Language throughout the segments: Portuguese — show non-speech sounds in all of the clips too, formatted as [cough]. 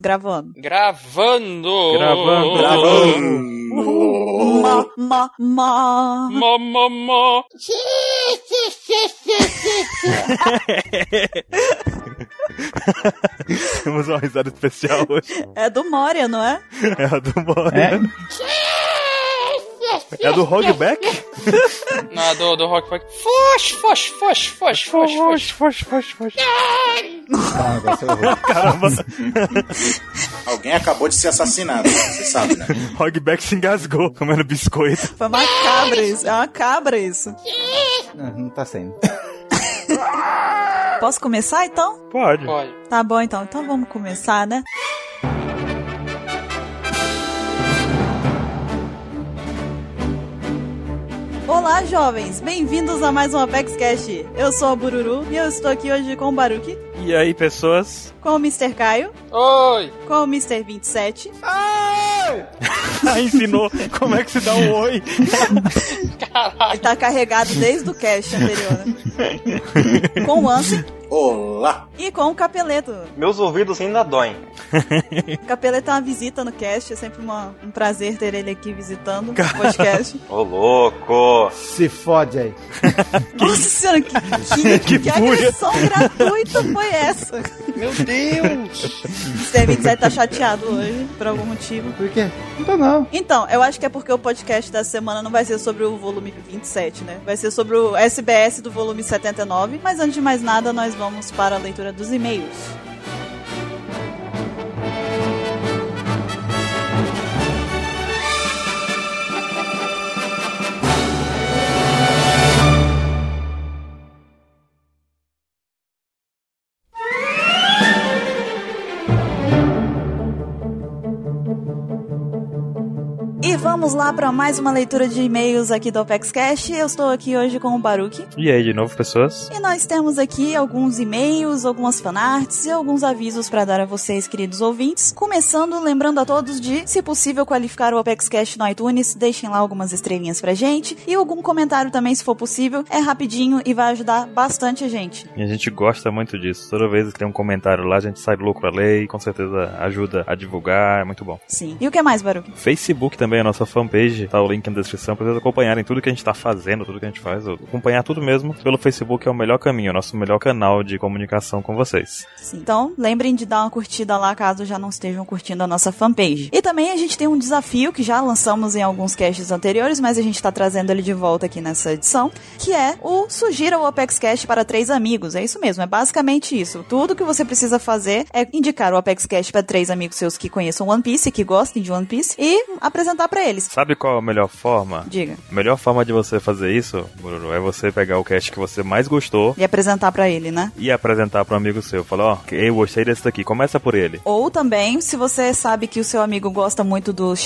Gravando. Gravando! Gravando. Uhul. Ma, ma, ma. Mó, mó, mó. [laughs] Temos uma risada especial hoje. É do Moria, não é? É a do Moria. É, a do Hogback? Na do, do Rock Pack. Fosh, fosh, fosh, fosh, fosh, fosh. fox, fox, fox. Ah, vai ser horror. [laughs] Caramba, Alguém acabou de ser assassinado, você sabe, né? Hogback se engasgou comendo biscoito. Foi uma cabra isso. É uma cabra isso. Não, não tá sendo. Posso começar então? Pode. Olha, Tá bom então. Então vamos começar, né? Olá, jovens! Bem-vindos a mais um Apex Cash. Eu sou a Bururu e eu estou aqui hoje com o Baruki, E aí, pessoas? com o Mr. Caio, Oi! com o Mr. 27 [laughs] Ah, ensinou como é que se dá um oi. Ele tá carregado desde o cast anterior, né? com o Ansem Olá! e com o Capeleto. Meus ouvidos ainda doem. O Capeleto é uma visita no cast, é sempre uma- um prazer ter ele aqui visitando o podcast. Ô, louco! Se fode aí. Nossa senhora, que, que, que, Que fúria. agressão gratuita foi essa? Meu Deus! Mr. 27 tá chateado hoje, por algum motivo. Por quê? Não tá não. Então, eu acho que é porque o podcast da semana não vai ser sobre o volume 27, né? Vai ser sobre o SBS do volume 79. Mas antes de mais nada, nós vamos para a leitura dos e-mails. E vamos lá para mais uma leitura de e-mails aqui do Apex Cash. Eu estou aqui hoje com o Baruque. E aí, de novo, pessoas? E nós temos aqui alguns e-mails, algumas fanarts e alguns avisos para dar a vocês, queridos ouvintes. Começando lembrando a todos de, se possível, qualificar o Apex Cash no iTunes, deixem lá algumas estrelinhas pra gente e algum comentário também, se for possível. É rapidinho e vai ajudar bastante a gente. E a gente gosta muito disso. Toda vez que tem um comentário lá, a gente sai louco pra ler e com certeza ajuda a divulgar. É muito bom. Sim. E o que mais, Baruque? Facebook também, é a nossa fanpage, tá o link na descrição, pra vocês acompanharem tudo que a gente tá fazendo, tudo que a gente faz, ou acompanhar tudo mesmo pelo Facebook é o melhor caminho, o nosso melhor canal de comunicação com vocês. Sim. Então, lembrem de dar uma curtida lá caso já não estejam curtindo a nossa fanpage. E também a gente tem um desafio que já lançamos em alguns casts anteriores, mas a gente está trazendo ele de volta aqui nessa edição, que é o Sugira o Apex Cash para três amigos. É isso mesmo, é basicamente isso. Tudo que você precisa fazer é indicar o Apex Cash para três amigos seus que conheçam One Piece, que gostem de One Piece, e apresentar para eles. Sabe qual é a melhor forma? Diga. A melhor forma de você fazer isso, Bururu, é você pegar o cast que você mais gostou E apresentar para ele, né? e apresentar para um amigo seu. Falar, ó, eu gostei desse daqui, começa por ele. Ou também, se você sabe que o seu amigo gosta muito dos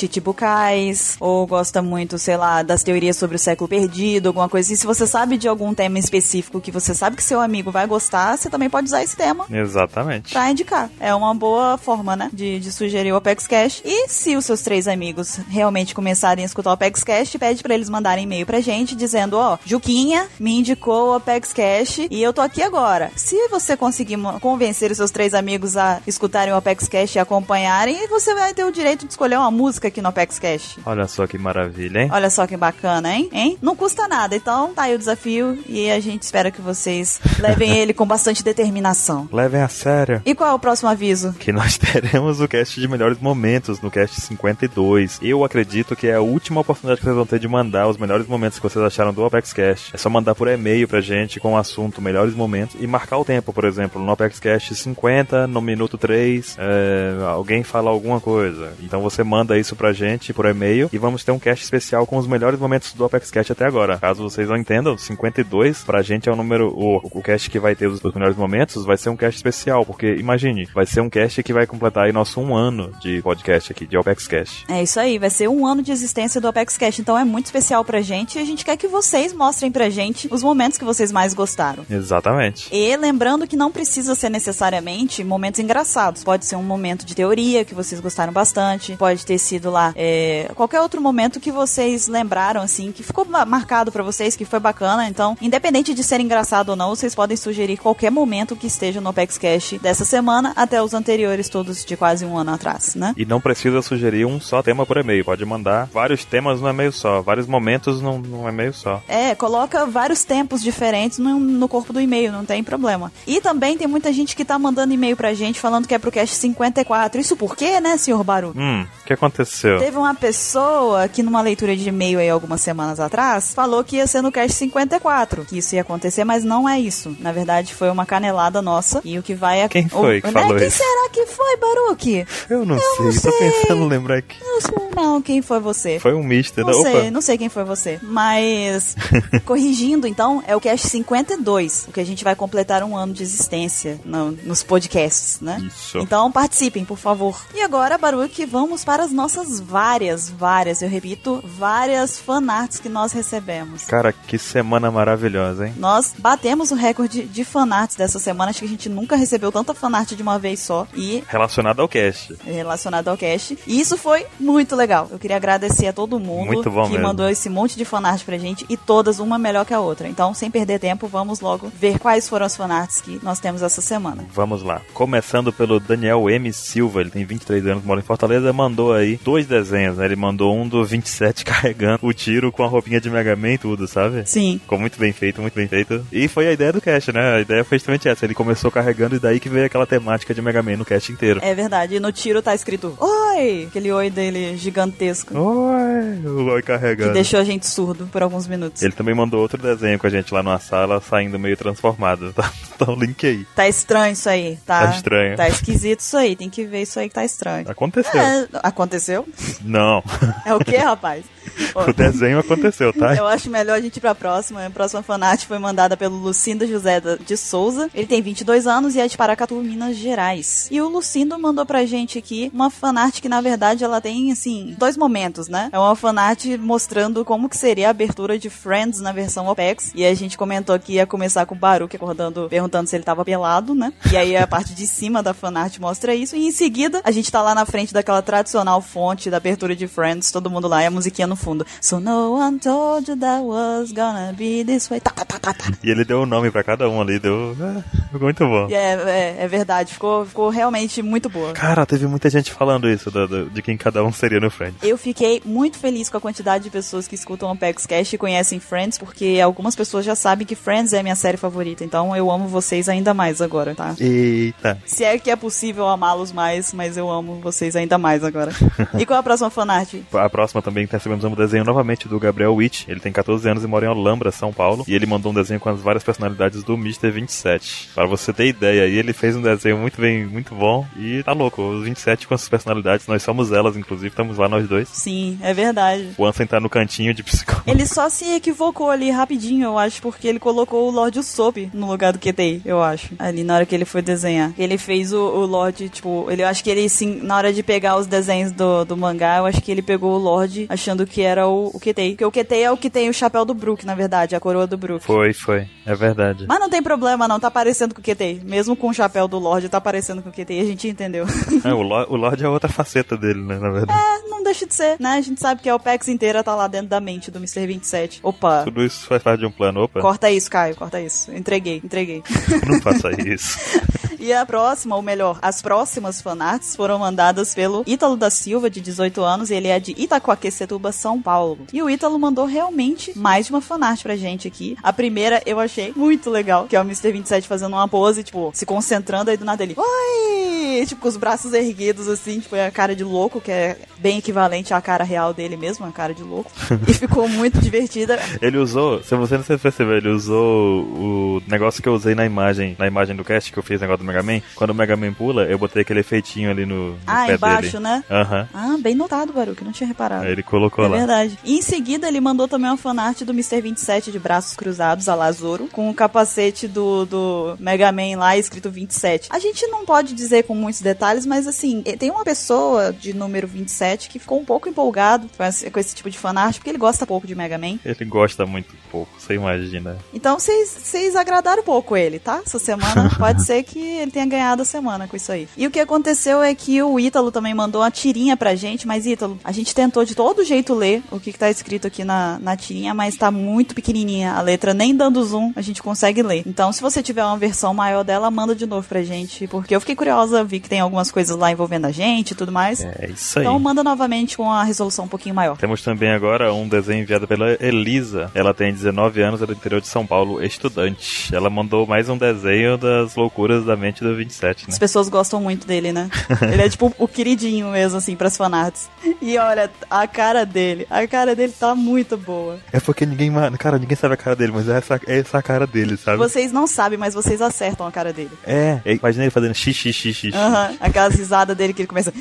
chichibukais, ou gosta muito, sei lá, das teorias sobre o século perdido, alguma coisa assim. Se você sabe de algum tema específico que você sabe que seu amigo vai gostar, você também pode usar esse tema Exatamente. pra indicar. É uma boa forma, né, de, de sugerir o Apex Cash. E se os seus três amigos realmente começarem a escutar o Apex Cash, pede pra eles mandarem e-mail pra gente dizendo, ó, Juquinha me indicou o Apex Cash e eu tô aqui agora. Se você conseguir mo- convencer os seus três amigos a escutarem o Apex Cash e acompanharem, você vai ter o direito de escolher uma música aqui no Apex Cash. Olha só que maravilha, hein? Olha só que bacana, hein? hein? Não custa nada, então tá aí o desafio e a gente espera que vocês levem ele com bastante determinação. Levem a sério. E qual é o próximo aviso? que nós [laughs] teremos o cast de melhores momentos no cast 52. Eu acredito que é a última oportunidade que vocês vão ter de mandar os melhores momentos que vocês acharam do Apex Cast. É só mandar por e-mail pra gente com o assunto melhores momentos e marcar o tempo, por exemplo, no Apex Cast 50, no minuto 3, é, alguém fala alguma coisa. Então você manda isso pra gente por e-mail e vamos ter um cast especial com os melhores momentos do Apex Cast até agora. Caso vocês não entendam, 52 pra gente é o número o, o cast que vai ter os, os melhores momentos, vai ser um cast especial, porque imagine, vai ser um cast que vai completar aí nosso um ano de podcast aqui, de Apex Cast. É isso aí, vai ser um ano de existência do Apex Cash, então é muito especial pra gente e a gente quer que vocês mostrem pra gente os momentos que vocês mais gostaram. Exatamente. E lembrando que não precisa ser necessariamente momentos engraçados. Pode ser um momento de teoria que vocês gostaram bastante. Pode ter sido lá é, qualquer outro momento que vocês lembraram, assim, que ficou ma- marcado pra vocês, que foi bacana. Então, independente de ser engraçado ou não, vocês podem sugerir qualquer momento que esteja no Apex Cash dessa semana até os anteriores, todos de quase um ano atrás, né? E não precisa sugerir um só tema por e-mail. Pode mandar vários temas num e-mail só, vários momentos num, num e-mail só. É, coloca vários tempos diferentes no, no corpo do e-mail, não tem problema. E também tem muita gente que tá mandando e-mail pra gente falando que é pro cast 54. Isso por quê, né, senhor Baru? Hum, o que aconteceu? Teve uma pessoa que numa leitura de e-mail aí algumas semanas atrás falou que ia ser no cast 54, que isso ia acontecer, mas não é isso. Na verdade, foi uma canelada nossa e o que vai é Quem foi que o, né, falou Quem isso? será que foi, Baruque? Eu não sei, não tô sei. tentando lembrar aqui. Não sei não, quem foi você? Foi um mister. Não né? sei, Opa, não sei quem foi você. [laughs] Mas, corrigindo então, é o cast 52, o que a gente vai completar um ano de existência no- nos podcasts, né? Isso. Então participem, por favor. E agora, Baruque, vamos para as nossas várias, várias, eu repito, várias fanarts que nós recebemos. cara, que semana maravilhosa, hein? Nós batemos o recorde de fanarts dessa semana, acho que a gente nunca recebeu tanta fanart de uma vez só. E Relacionado ao cast. relacionado ao cast. E isso foi muito legal. Eu queria agradecer a todo mundo Muito bom que mesmo. mandou esse monte de fanart pra gente e todas uma melhor que a outra. Então, sem perder tempo, vamos logo ver quais foram as fanarts que nós temos essa semana. Vamos lá. Começando pelo Daniel M. Silva, ele tem 23 anos, mora em Fortaleza, mandou aí dois desenhos, né? Ele mandou um do 27 [laughs] carregando o tiro com a roupinha de Mega Man e tudo, sabe? Sim. Ficou muito bem feito, muito bem feito. E foi a ideia do cast, né? A ideia foi justamente essa. Ele começou carregando e daí que veio aquela temática de Mega Man no cast inteiro. É verdade, e no tiro tá escrito Oi! Aquele oi dele gigantesco Oi, o Loi É. que carregando. deixou a gente surdo por alguns minutos. Ele também mandou outro desenho com a gente lá numa sala, saindo meio transformado. [laughs] Tá, tá o link aí. Tá estranho isso aí, tá? Tá estranho. Tá esquisito isso aí, tem que ver isso aí que tá estranho. Aconteceu. É, aconteceu? Não. É o que, [laughs] rapaz? Ô, o desenho aconteceu, tá? Eu acho melhor a gente ir pra próxima. A próxima fanart foi mandada pelo Lucindo José da- de Souza. Ele tem 22 anos e é de Paracatu, Minas Gerais. E o Lucindo mandou pra gente aqui uma fanart que, na verdade, ela tem, assim, dois momentos, né? É uma fanart mostrando como que seria a abertura de Friends na versão um OPEX. E a gente comentou que ia começar com o Baruch acordando, perguntando se ele tava pelado, né? E aí a parte de cima da fanart mostra isso. E em seguida, a gente tá lá na frente daquela tradicional fonte da abertura de Friends, todo mundo lá e a musiquinha no fundo. So no one told you that was gonna be this way. Tá, tá, tá, tá, tá. E ele deu o nome pra cada um ali, deu. ah, Ficou muito bom. E É, é, é verdade, ficou, ficou realmente muito boa. Cara, teve muita gente falando isso, do- do- de quem cada um seria no Friends. Eu fiquei muito feliz com a quantidade de pessoas que escutam o Pex Cash e conhecem Friends, porque algumas pessoas já sabem que Friends é a minha série favorita, então eu amo vocês ainda mais agora, tá? Eita. Se é que é possível amá-los mais, mas eu amo vocês ainda mais agora. e qual é a próxima fanart? A próxima também recebemos um desenho novamente do Gabriel Witt. Ele tem 14 anos e mora em Olambra, São Paulo. E ele mandou um desenho com as várias personalidades do Mr. 27. Pra você ter ideia, e ele fez um desenho muito bem, muito bom. E tá louco, os 27 com as personalidades, nós somos elas, inclusive, estamos lá nós dois. Sim, é verdade. O Ansem tá no cantinho de psicólogo. Ele só se equivocou ali rapidinho, eu acho, porque ele colocou o Lorde Usopp no lugar do QTI, eu acho. Ali na hora que ele foi desenhar. Ele fez o, o Lorde, tipo, ele, eu acho que ele, sim, na hora de pegar os desenhos do, do mangá, eu acho que ele pegou o Lorde achando que era o, o QTI. Porque o QTI é o que tem o chapéu do Brook, na verdade, a coroa do Brook. Foi, foi. É verdade. Mas não tem problema, não, tá parecendo com o QTI. Mesmo com o chapéu do Lorde, tá parecendo com o QTI, a gente entendeu. [laughs] É, o, Lo- o Lorde é outra faceta dele, né, na verdade. não deixa de ser, né? A gente sabe que a OPEX inteira tá lá dentro da mente do Mr. 27. Opa. Tudo isso faz parte de um plano. Opa, Corta isso, Caio, corta isso. Entreguei, entreguei. não faça isso. [laughs] e a próxima, ou melhor, as próximas fanarts foram mandadas pelo Ítalo da Silva, de 18 anos, e ele é de Itaquaquecetuba, São Paulo. E o Ítalo mandou realmente mais de uma fanart pra gente aqui. A primeira eu achei muito legal, que é o Mr. 27 fazendo uma pose, tipo, se concentrando aí do nada ele. Oi! [laughs] Tipo, com os braços erguidos, assim, tipo, é a cara de louco, que é bem equivalente à cara real dele mesmo, a cara de [laughs] louco. e ficou muito divertida. Ele usou, se você não se percebeu, ele usou o negócio que eu usei na imagem, na imagem do cast que eu fiz negócio do Mega Man. Quando o Mega Man pula, eu botei aquele efeitinho ali no, no Ah, pé embaixo, dele. né? Aham. Ah, bem notado, Baruque, não tinha reparado. Aí ele colocou É lá. verdade. E em seguida, ele mandou também uma fanart do Mr. 27 de braços cruzados, a Lazoro, com o capacete do, do Mega Man lá, escrito 27. A gente não pode dizer com muitos detalhes, mas assim, eh, tem uma pessoa de número 27 que ficou um pouco empolgado com esse, com esse tipo de fanart, porque ele gosta pouco de Mega Man. Ele gosta muito pouco, você imagina. Então vocês vocês agradaram pouco ele, tá? Essa [laughs] semana pode ser que ele tenha ganhado a semana com isso aí. E o que aconteceu é que o Ítalo também mandou uma tirinha pra gente, mas Ítalo, a gente tentou de todo jeito ler o que, que tá escrito aqui na, na tirinha, mas tá muito pequenininha a letra, nem dando zoom a gente consegue ler. Então se você tiver uma versão maior dela, manda de novo pra gente, porque eu fiquei curiosa, vi que tem algumas coisas lá envolvendo a gente e tudo mais. É isso aí. Então manda novamente com a resolução um pouquinho maior. Temos também agora um desenho enviado pela Elisa. Ela tem 19 anos, é do interior de São Paulo, estudante. Ela mandou mais um desenho das loucuras da mente do 27, né? As pessoas gostam muito dele, [laughs] né? Ele é tipo o queridinho mesmo, assim, pras fanarts. E olha, a cara dele, a cara dele tá muito boa. É porque ninguém, mano, cara, ninguém sabe a cara dele, mas é essa, é essa a cara dele, sabe? Vocês não sabem, mas vocês acertam a cara dele. É, é, imagina ele fazendo xixi, xixi, xixi, Aham, aquelas risadas dele que ele começa. [laughs] [laughs]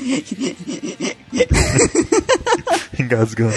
engasgando.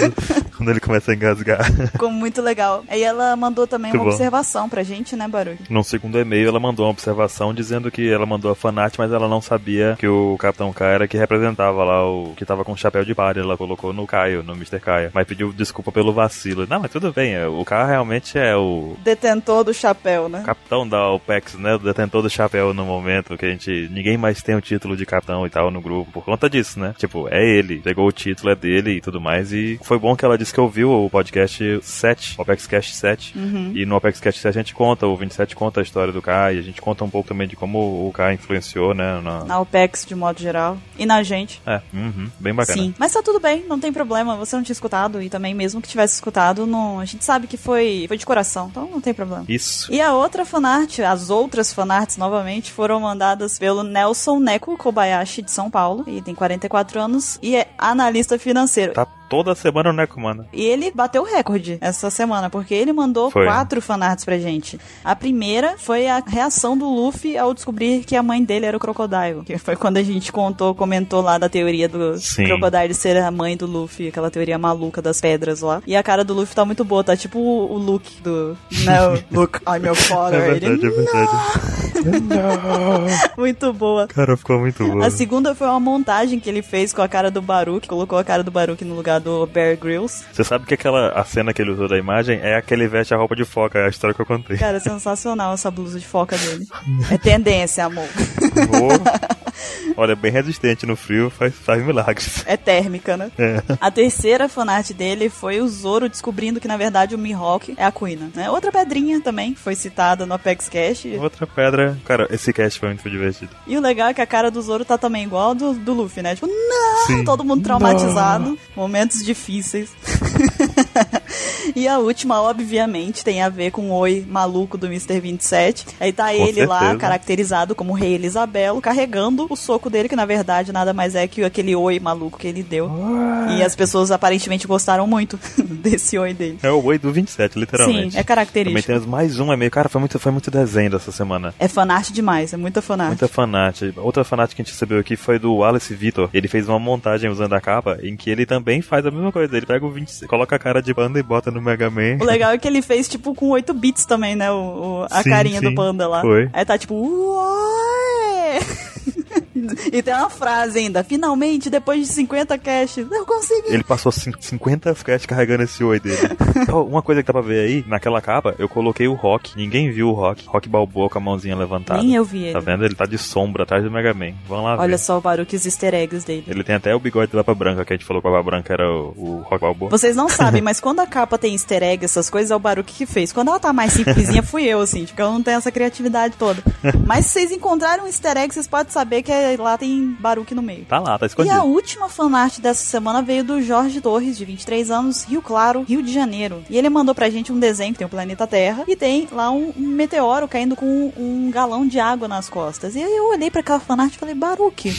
Quando ele começa a [laughs] engasgar. Ficou muito legal. Aí ela mandou também Muito uma bom. observação pra gente, né, Barulho? No segundo e-mail, ela mandou uma observação dizendo que ela mandou a fanart, mas ela não sabia que o Capitão Caio era que representava lá o que tava com o chapéu de palha. Ela colocou no Caio, no Mr. Caio. Mas pediu desculpa pelo vacilo. Não, mas tudo bem, é, o Caio realmente é o Detentor do chapéu, né? capitão da OPEX, né? O detentor do chapéu no momento que a gente. Ninguém mais tem o título de capitão e tal no grupo por conta disso, né? Tipo, é ele. Pegou o título, é dele e tudo mais. E foi bom que ela disse que ouviu o podcast 7, OPEX Cast 7. E no Apex Cast 7 a gente conta, o 27 conta a história do Kai, a gente conta um pouco também de como o Kai influenciou, né? Na... Na OPEX, de modo geral. E na gente. É, uhum, bem bacana. Sim, mas tá tudo bem, não tem problema. Você não tinha escutado e também mesmo que tivesse escutado, não... a gente sabe que foi, foi de coração, então não tem problema. Isso. E a outra fanart, as outras fanarts novamente, foram mandadas pelo Nelson Neko Kobayashi de São Paulo. E tem 44 anos e é analista financeiro. Tá toda semana, né, comanda? E ele bateu o recorde essa semana, porque ele mandou Foi. quatro fanarts pra gente. A primeira foi a reação do Luffy ao descobrir que a mãe dele era o Crocodile. Que foi quando a gente contou, comentou lá da teoria do Sim. Crocodile ser a mãe do Luffy, aquela teoria maluca das pedras lá. E a cara do Luffy tá muito boa, tá tipo o, o look do. Né, [laughs] o look, I'm your É father. verdade, é Ele, verdade. muito boa. [laughs] Cara, ficou muito bom. A segunda foi uma montagem que ele fez com a cara do Baruch, colocou a cara do Baruch no lugar do Bear Grylls. Você sabe que aquela a cena que ele usou da imagem é aquele veste a roupa de foca, é a história que eu contei. Cara, sensacional essa blusa de foca dele. É tendência, amor. Vou- Olha, é bem resistente no frio, faz, faz milagres. É térmica, né? É. A terceira fanart dele foi o Zoro descobrindo que, na verdade, o Mihawk é a Kuina, né? Outra pedrinha também que foi citada no Apex Cash. Outra pedra. Cara, esse cast foi muito divertido. E o legal é que a cara do Zoro tá também igual a do, do Luffy, né? Tipo, não! Sim. Todo mundo traumatizado. Momentos [laughs] difíceis. e a última, obviamente, tem a ver com o oi maluco do Mr. 27. Aí tá ele lá, certeza. caracterizado como o Rei Elisabelo, carregando o soco dele, que na verdade nada mais é que aquele oi maluco que ele deu. E as pessoas aparentemente gostaram muito [laughs] desse oi dele. É o boi do 27, literalmente. Sim, é característico. Também temos mais um e-mail. Cara, foi muito, foi muito desenho dessa semana. É fanart demais, é muita fanart. Muita fanart. Outra fanart que a gente recebeu aqui foi do Wallace Vitor. Ele fez uma montagem usando a capa em que ele também faz a mesma coisa. Ele pega o 20, coloca a cara de panda e bota no Mega Man. O legal é que ele fez, tipo, com 8 bits também, né? O, o- a Sim, carinha sim, do panda lá. foi. Aí tá tipo, uai! [laughs] e tem uma frase ainda, finalmente, depois de 50 caches, eu consegui! Ele passou cin- 50 sketches carregando esse [laughs] oi dele. Então, uma coisa que dá pra ver aí, naquela capa, eu coloquei o Rock. Ninguém viu o Rock. Rock balboa com a mãozinha levantada. Nem eu vi ele. Tá vendo? Ele tá de sombra atrás do Mega Man. Vamos lá Olha ver. só o barulho que os easter eggs dele. Ele tem até o bigode da Papa Branca, que a gente falou que a Papa Branca era o, o Rock Balboa. Vocês não [laughs] sabem, mas quando a capa tem easter egg, essas coisas, é o Baruque que fez. Quando ela tá mais simplesinha, fui eu, assim, tipo, eu não tenho essa criatividade [laughs] toda. Mas se vocês encontrarem um easter egg, vocês podem saber que é- lá tem Baruque no meio. Tá lá, E tá a escondido. última fanart dessa semana veio do Jorge Torres, de 23 anos, Rio Claro, Rio de Janeiro. E ele mandou pra gente um desenho que tem o planeta Terra e tem lá um, um meteoro caindo com um, um galão de água nas costas. E aí eu olhei pra aquela fanart e falei, Baruque,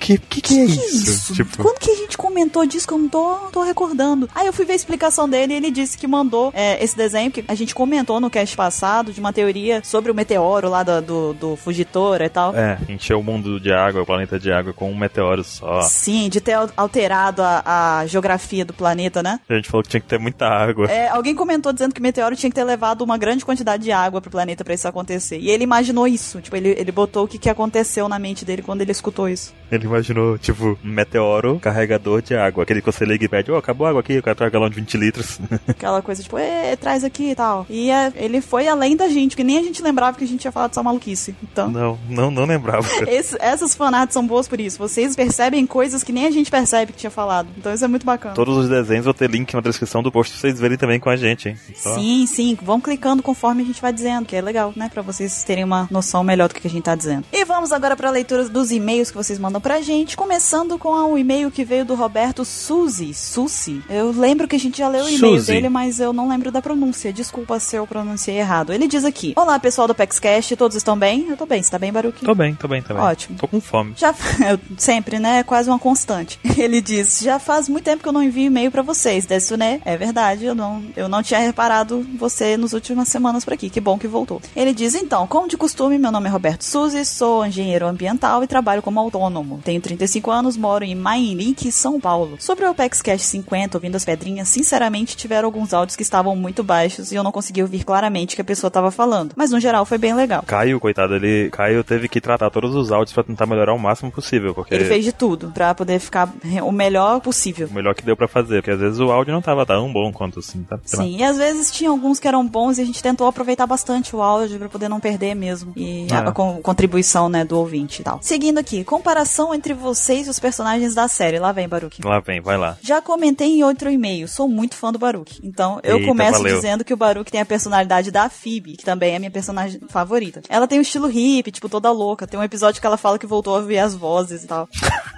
Que, que, que é que isso? Quando que a gente comentou disso que eu não tô, tô recordando? Aí eu fui ver a explicação dele e ele disse que mandou é, esse desenho que a gente comentou no cast passado de uma teoria sobre o meteoro lá da- do, do Fugitora e tal. É, encheu o mundo de água, o planeta de água, com um meteoro só. Sim, de ter al- alterado a, a geografia do planeta, né? A gente falou que tinha que ter muita água. É, alguém comentou dizendo que o meteoro tinha que ter levado uma grande quantidade de água pro planeta pra isso acontecer. E ele imaginou isso. Tipo, ele, ele botou o que, que aconteceu na mente dele quando ele escutou isso. Ele imaginou, tipo, um meteoro carregador de água. Aquele que você liga e pede, ô, acabou a água aqui, eu quero trazer um galão de 20 litros. Aquela coisa tipo, "Ê, traz aqui e tal. E é, ele foi além da gente, que nem a gente lembrava que a gente ia falar dessa maluquice. Então. não, não, [laughs] não lembrava. esse- essas fanarts são boas por isso. Vocês percebem coisas que nem a gente percebe que tinha falado. Então isso é muito bacana. Todos os desenhos vão ter link na descrição do post pra vocês verem também com a gente, hein? Só- Sim, sim, vão clicando conforme a gente vai dizendo, que é legal, né? Pra vocês terem uma noção melhor do que a gente tá dizendo. E vamos agora pra leitura dos e-mails que vocês mandam pra gente, começando com o e-mail que veio do Roberto Suzy. Suzy. Eu lembro que a gente já leu o e-mail Suzy. dele, mas eu não lembro da pronúncia. Desculpa se eu pronunciei errado. Ele diz aqui: Olá, pessoal do PEXCast, todos estão bem? Eu tô bem, você tá bem, Baruque? Tô bem, tô bem, também. Ótimo. Tô com fome. Já [laughs] eu- sempre, né? É quase uma constante. [laughs] Ele diz: "Já faz muito tempo que eu não envio e-mail pra vocês, Décio, né? É verdade, eu não, eu não tinha reparado você nos últimas semanas por aqui. Que bom que voltou." Ele diz: "Então, como de costume, meu nome é Roberto Suzy, sou engenheiro ambiental e trabalho como autônomo. Tenho 35 anos, moro em Mainique, São Paulo. Sobre o Apex Cash 50, ouvindo as pedrinhas, sinceramente tiveram alguns áudios que estavam muito baixos e eu não consegui ouvir claramente o que a pessoa tava falando, mas no geral foi bem legal. Caio, coitado, ele. Caio teve que tratar todos os áudios pra tentar melhorar o máximo possível, porque. Ele fez de tudo pra poder ficar o melhor possível. O melhor que deu pra fazer, porque às vezes o áudio não tava tão bom quanto assim, tá? Sei lá. Sim, e às vezes tinha alguns que eram bons e a gente tentou aproveitar bastante o áudio pra poder não perder mesmo. E a É. con- contribuição, né, do ouvinte e tal. Seguindo aqui, comparação entre vocês e os personagens da série. Lá vem, Baruque. Lá vem, vai lá. Já comentei em outro e-mail, sou muito fã do Baruque. Então, eu Eita, começo valeu. dizendo que o Baruque tem a personalidade da Phoebe, que também é minha personagem favorita. Ela tem um estilo hippie, tipo, toda louca. Tem um episódio que ela fala que voltou a ouvir as vozes e [laughs] tal.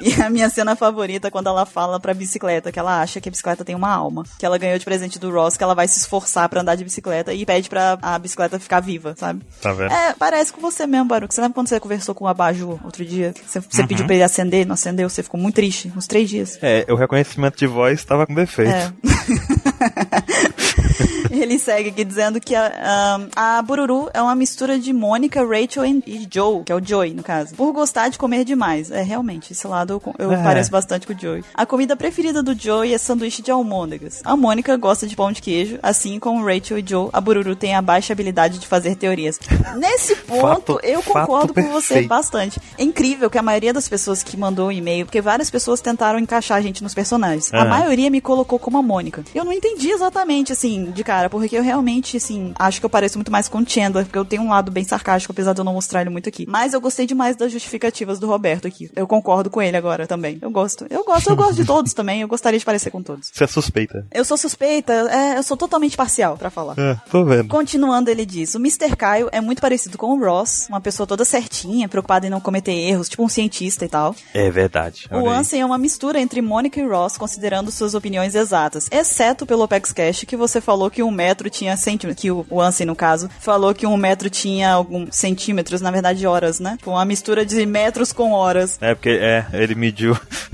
e a minha cena favorita é quando ela fala pra bicicleta, que ela acha que a bicicleta tem uma alma. Que ela ganhou de presente do Ross, que ela vai se esforçar pra andar de bicicleta e pede pra a bicicleta ficar viva, sabe? Tá vendo? É, parece com você mesmo, Baruque. Você lembra quando você conversou com o Abaju outro dia? Você, você Uhum. pediu pra ele acender, não acendeu, você ficou muito triste, uns três dias. É, o reconhecimento de voz tava com defeito. É. [laughs] Ele segue aqui dizendo que a, ahn, a Bururu é uma mistura de Mônica, Rachel e- e Joe, que é o Joey, no caso. Por gostar de comer demais. É, realmente, esse lado eu, co- eu É. pareço bastante com o Joey. A comida preferida do Joey é sanduíche de almôndegas. A Mônica gosta de pão de queijo, assim como Rachel e Joe, a Bururu tem a baixa habilidade de fazer teorias. Nesse ponto, Fato- eu concordo fato com você perfeito. bastante. É incrível que a maioria das pessoas que mandou o e-mail, porque várias pessoas tentaram encaixar a gente nos personagens. A Aham. maioria maioria me colocou como a Mônica. Eu não entendi exatamente, assim, de cara, porque eu realmente, assim, acho que eu pareço muito mais com o Chandler, porque eu tenho um lado bem sarcástico, apesar de eu não mostrar ele muito aqui. Mas eu gostei demais das justificativas do Roberto aqui. Eu concordo com ele agora também. Eu gosto. Eu gosto, eu gosto de todos também. Eu gostaria de parecer com todos. Você é suspeita. Eu sou suspeita, é, eu sou totalmente parcial pra falar. É, tô vendo. Continuando, ele diz: o Mr. Caio é muito parecido com o Ross, uma pessoa toda certinha, preocupada em não cometer erros, tipo um cientista e tal. É verdade. O Ansem é uma mistura entre Mônica e Ross, considerando suas opiniões exatas, exceto pelo Opex Cash, que você falou que um metro tinha centímetros, que o o Ansem, no caso, falou que um metro tinha alguns centímetros, na verdade horas, né? Tipo, uma mistura de metros com horas. É, porque, é, ele mediu. [laughs]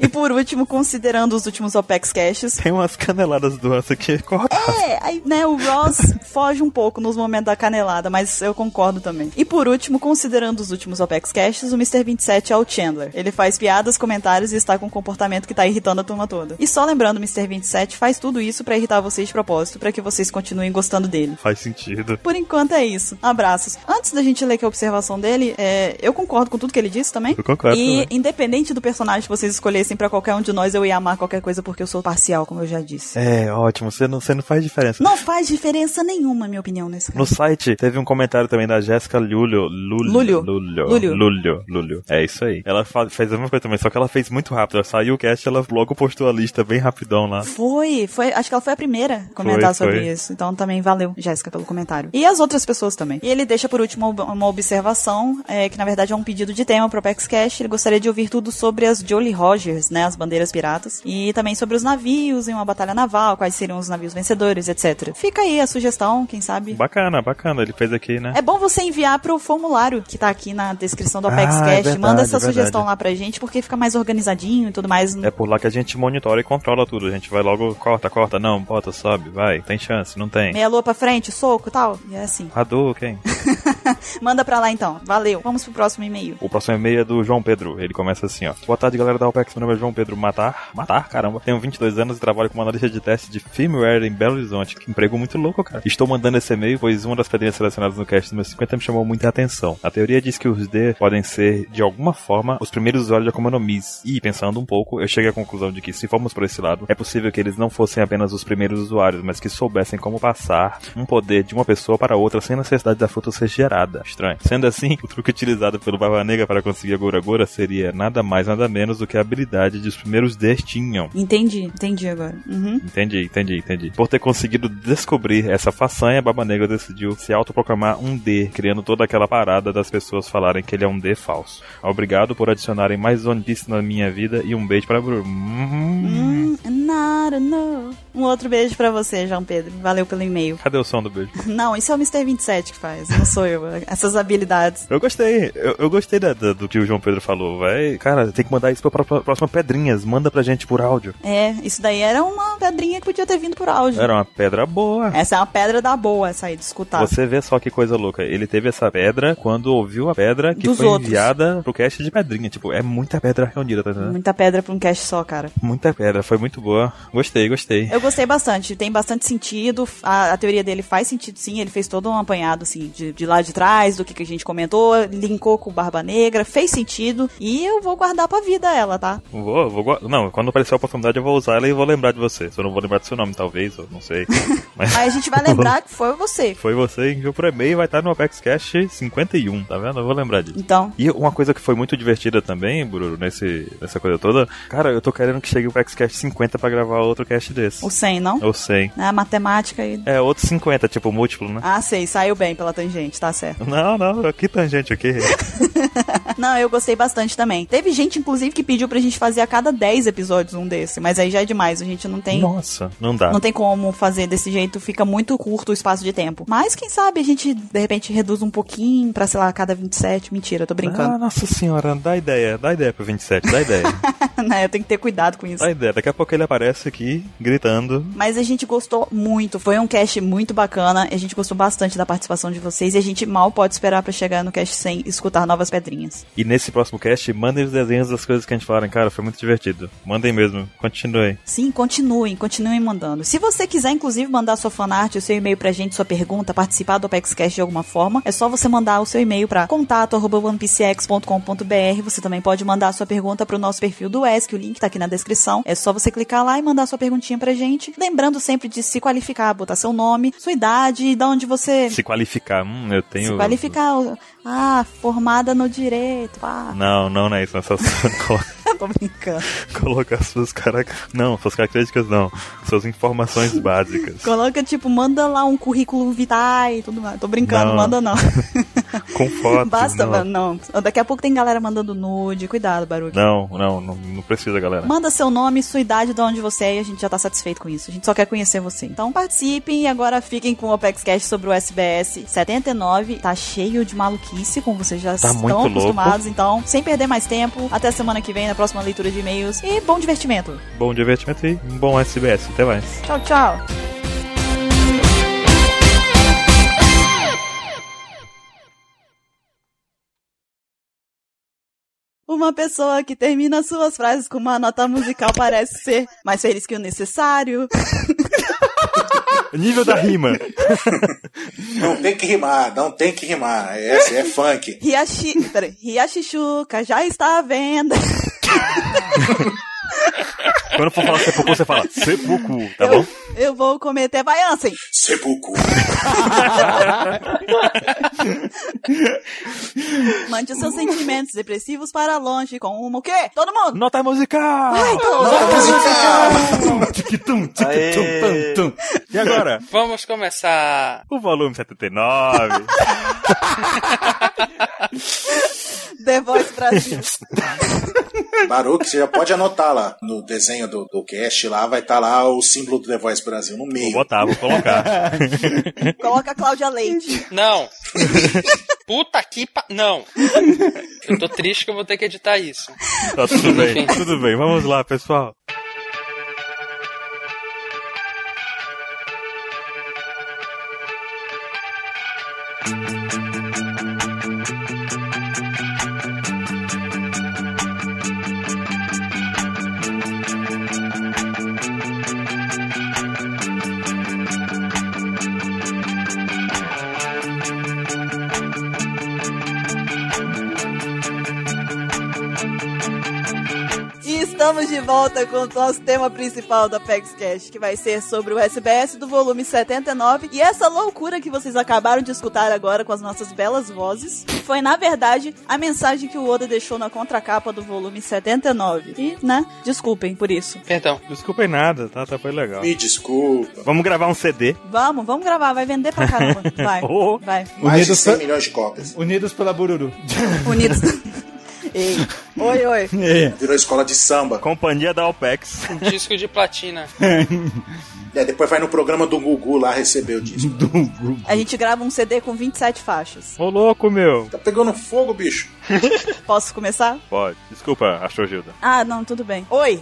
E por último, considerando os últimos Opex Caches, Tem umas caneladas do Ansa que [laughs] corta. é, aí, né, o Ross [laughs] foge um pouco nos momentos da canelada, mas eu concordo também. E por último, considerando os últimos Opex Caches, o Mr. 27 é o Chandler. Ele faz piadas, comentários e está com um comportamento que tá irritando a turma toda. E só lembrando, o Mr. 27 faz tudo isso pra irritar vocês de propósito, pra que vocês continuem gostando dele. Faz sentido. Por enquanto é isso. Abraços. Antes da gente ler que a observação dele, é, eu concordo com tudo que ele disse também. Eu concordo E também. independente do personagem que vocês escolhessem pra qualquer um de nós, eu ia amar qualquer coisa porque eu sou parcial, como eu já disse. É, ótimo. Você não, você não faz diferença. Não faz diferença nenhuma, minha opinião, nesse No caso. site teve um comentário também da Jéssica Lulho. Lúlio. Lulho. Lúlio. Lulho. Lulho. Lulio. É isso aí. Ela fa- fez a mesma coisa também, só que ela fez muito rápido. Ela saiu o cast, ela logo postou a lista bem rapidão lá. Foi, foi, acho que ela foi a primeira a comentar Foi, sobre foi. isso. Então também valeu, Jéssica, pelo comentário. E as outras pessoas também. E ele deixa por último ob- uma observação, é, que na verdade é um pedido de tema pro Apex Cash. Ele gostaria de ouvir tudo sobre as Jolie Rogers, Badges, né? As bandeiras piratas. E também sobre os navios em uma batalha naval, quais seriam os navios vencedores, etc. Fica aí a sugestão, quem sabe. Bacana, bacana. Ele fez aqui, né? É bom você enviar pro formulário que tá aqui na descrição do Ah, Apex é Cash. verdade, Manda essa é verdade. sugestão lá pra gente, porque fica mais organizadinho e tudo mais. É por lá que a gente monitora e controla tudo. A gente vai logo, corta, corta, não, bota, sobe, vai. Tem chance, não tem. Meia lua pra frente, soco e tal. E é assim. Hadouken. Manda pra lá então. Valeu. Vamos pro próximo e-mail. O próximo e-mail é do João Pedro. Ele começa assim, ó. Boa tarde, galera da OPEX. Meu nome é João Pedro Matar. Matar, caramba. Tenho 22 anos e trabalho como analista de teste de firmware em Belo Horizonte. Que emprego muito louco, cara. Estou mandando esse e-mail, pois uma das pedrinhas selecionadas no cast número 50 me chamou muita atenção. A teoria diz que os D podem ser, de alguma forma, os primeiros usuários de Akuma no Mis. E, pensando um pouco, eu cheguei à conclusão de que, se formos por esse lado, é possível que eles não fossem apenas os primeiros usuários, mas que soubessem como passar um poder de uma pessoa para outra sem necessidade da fruta ser gerada. Estranho. Sendo assim, [laughs] o truque utilizado pelo Barba Negra para conseguir a Gora Gora seria nada mais nada menos do que a habilidade de os primeiros Ds tinham. Entendi, entendi agora. Uhum. Entendi, entendi, entendi. Por ter conseguido descobrir essa façanha, Baba Negra decidiu se autoproclamar um D, criando toda aquela parada das pessoas falarem que ele é um D falso. Obrigado por adicionarem mais One Piece na minha vida e um beijo pra Bruno. Hum. Hum, nada, não. Um outro beijo pra você, João Pedro. Valeu pelo e-mail. Cadê o som do beijo? Não, isso é o Mr. 27 que faz, não sou eu. [laughs] Essas habilidades. Eu gostei, eu, eu gostei da- da- do que o João Pedro falou, vai. Cara, tem que mandar isso pra, pra próxima Pedrinhas, manda pra gente por áudio. É, isso daí era uma pedrinha que podia ter vindo por áudio. Era uma pedra boa. Essa é uma pedra da boa, essa aí de escutar. Você vê só que coisa louca. Ele teve essa pedra quando ouviu a pedra que Dos foi outros. enviada pro cast de pedrinha. Tipo, é muita pedra reunida, tá entendendo? Muita pedra pra um cast só, cara. Muita pedra, foi muito boa. Gostei, gostei. Eu gostei bastante, tem bastante sentido. A, a teoria dele faz sentido, sim. Ele fez todo um apanhado, assim, de, de lá de trás, do que, que a gente comentou, linkou com o Barba Negra, fez sentido. E eu vou guardar pra vida ela, tá? Vou, vou. gua- Não, quando aparecer a oportunidade eu vou usar ela e vou lembrar de você. Só não vou lembrar do seu nome, talvez, ou [laughs] não sei. Mas Aí a gente vai lembrar que foi você. foi você que enviou por e-mail e vai estar no Apex Cash 51, tá vendo? Eu vou lembrar disso. Então, E uma coisa que foi muito divertida também, Bruno, nesse, nessa coisa toda, cara, eu tô querendo que chegue o Apex Cash 50 pra gravar outro cast desse. o 100, não? Né, Ou 100. A matemática e. É, outro 50, tipo múltiplo, né? Ah, sei, saiu bem pela tangente, tá certo. [laughs] Não, não, que tangente aqui. Não, eu gostei bastante também. Teve gente, inclusive, que pediu pra gente fazer a cada 10 episódios um desse, mas aí já é demais, a gente não tem. Nossa, não dá. Não tem como fazer desse jeito, fica muito curto o espaço de tempo. Mas quem sabe a gente, de repente, reduz um pouquinho pra, sei lá, cada 27. Mentira, tô Ah, brincando. nossa senhora, dá ideia, dá ideia pro 27, [laughs] dá ideia. né? Eu tenho que ter cuidado com isso. dá ideia, é, daqui a pouco ele aparece aqui gritando. Mas a gente gostou muito, foi um cast muito bacana, a gente gostou bastante da participação de vocês e a gente mal pode esperar pra chegar no cast sem escutar novas pedrinhas. E nesse próximo cast, mandem os desenhos das coisas que a gente falaram, cara, foi muito divertido. Mandem mesmo, continuem. Sim, continuem, continuem mandando. Se você quiser, inclusive, mandar sua fanart, o seu e-mail pra gente, sua pergunta, participar do ApexCast de alguma forma, é só você mandar o seu e-mail pra contato.onepcx.com.br. Você também pode mandar sua pergunta pro nosso perfil do ESC, o link tá aqui na descrição. É só você clicar lá e mandar sua perguntinha pra gente. Lembrando sempre de se qualificar, botar seu nome, sua idade, da onde você Se qualificar, hum, eu tenho. É. se qualificar. Ah, formada no direito. Ah, [laughs] Não, não, não é isso, não é só [laughs] tô brincando. colocar suas características. Não, suas características não. Suas informações [laughs] básicas. Coloca, tipo, manda lá um currículo vitae e tudo mais. Tô brincando, Não. manda não. Com fotos. Basta, não. mano, não. Daqui a pouco tem galera mandando nude, cuidado, Baruque. Não, não, não, não precisa, galera. Manda seu nome, sua idade, de onde você é e a gente já tá satisfeito com isso. A gente só quer conhecer você. Então participem e agora fiquem com o Opex Cash sobre o SBS 79. Tá cheio de maluquice, como vocês já Tá muito estão louco. acostumados. Então, sem perder mais tempo, até semana que vem na próxima leitura de e-mails. E bom divertimento. Bom divertimento e um bom SBS. Até mais. Tchau, tchau. Uma pessoa que termina suas frases com uma nota musical parece ser mais feliz que o necessário. Nível da rima. [laughs] Não tem que rimar, não tem que rimar. Essa é funk. Riachi... Peraí. Riachichuca já está à venda. Quando for falar seppuku, você fala seppuku, tá bom? Eu vou cometer vaiança. hein? [laughs] Sepulcro. Mande os seus sentimentos depressivos para longe com uma o quê? Todo mundo! Nota musical! Ai, todo mundo! Tum, tum, tum, Aê. tum, tum. E agora? [laughs] Vamos começar. O volume 79. The Voice Brasil. Baruque, você já pode anotar lá. No desenho do, do cast lá, vai estar lá o símbolo do The Voice Brasil no Vou meio. botar, vou colocar. Tá Coloca a Cláudia Leite. [laughs] Não. Puta que pa... Não. Eu tô triste que eu vou ter que editar isso. Tá tudo bem, tudo bem. Vamos lá, pessoal. E estamos de volta com o nosso tema principal da PEXCast, que vai ser sobre o SBS do volume 79. E essa loucura que vocês acabaram de escutar agora com as nossas belas vozes foi, na verdade, a mensagem que o Oda deixou na contracapa do volume 79. E, né, desculpem por isso. Perdão. Desculpem nada, tá? Tá foi legal. Me desculpa. Vamos gravar um CD. Vamos, vamos gravar, vai vender pra caramba. Vai, Oh. vai. Mais de Unidos, 100 pe- milhões de cópias. Unidos pela Bururu. Unidos. [laughs] Ei. Oi, oi. É. Virou escola de samba. Companhia da Alpex. Disco de platina. É, depois vai no programa do Gugu lá receber o disco. Do Gugu. A gente grava um CD com 27 faixas. Ô louco, meu. Tá pegando fogo, bicho. Posso começar? Pode. Desculpa, Astrogilda. Ah, não, tudo bem. Oi!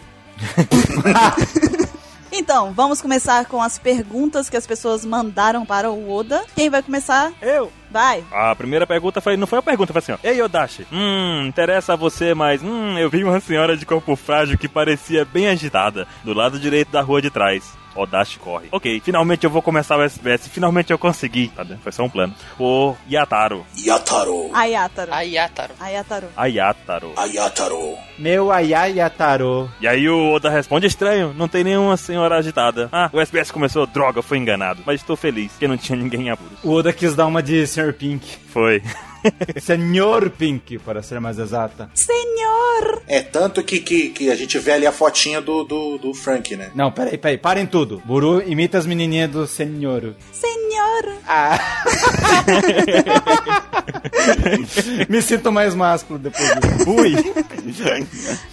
então, vamos começar com as perguntas que as pessoas mandaram para o Oda. Quem vai começar? Eu. Vai! A primeira pergunta foi, não foi a pergunta, foi assim, ó. Ei, Odashi. Hum, interessa a você, mas hum, eu vi uma senhora de corpo frágil que parecia bem agitada, do lado direito da rua de trás. Odashi corre. Ok, finalmente eu vou começar o SBS. Finalmente eu consegui. Tá vendo? Foi só um plano. O Yataro. Yataro. Ah. Ayataro. Ayataro. Ayataro. Ayataro. Ayataro. Meu Ayaya Tarô. E aí o Oda responde, estranho, não tem nenhuma senhora agitada. Ah, o SBS começou, droga, fui enganado. Mas estou feliz, que não tinha ninguém em apuros. O Oda quis dar uma de Sr. Pink. Foi. [laughs] [laughs] Senhor Pink, para ser mais exata. Senhor! É tanto que, que, que a gente vê ali a fotinha do, do, do Frank, né? Não, peraí, peraí, parem tudo. Buru imita as menininhas do Senhor. Senhor! Ah. [laughs] Me sinto mais másculo depois disso. Ui.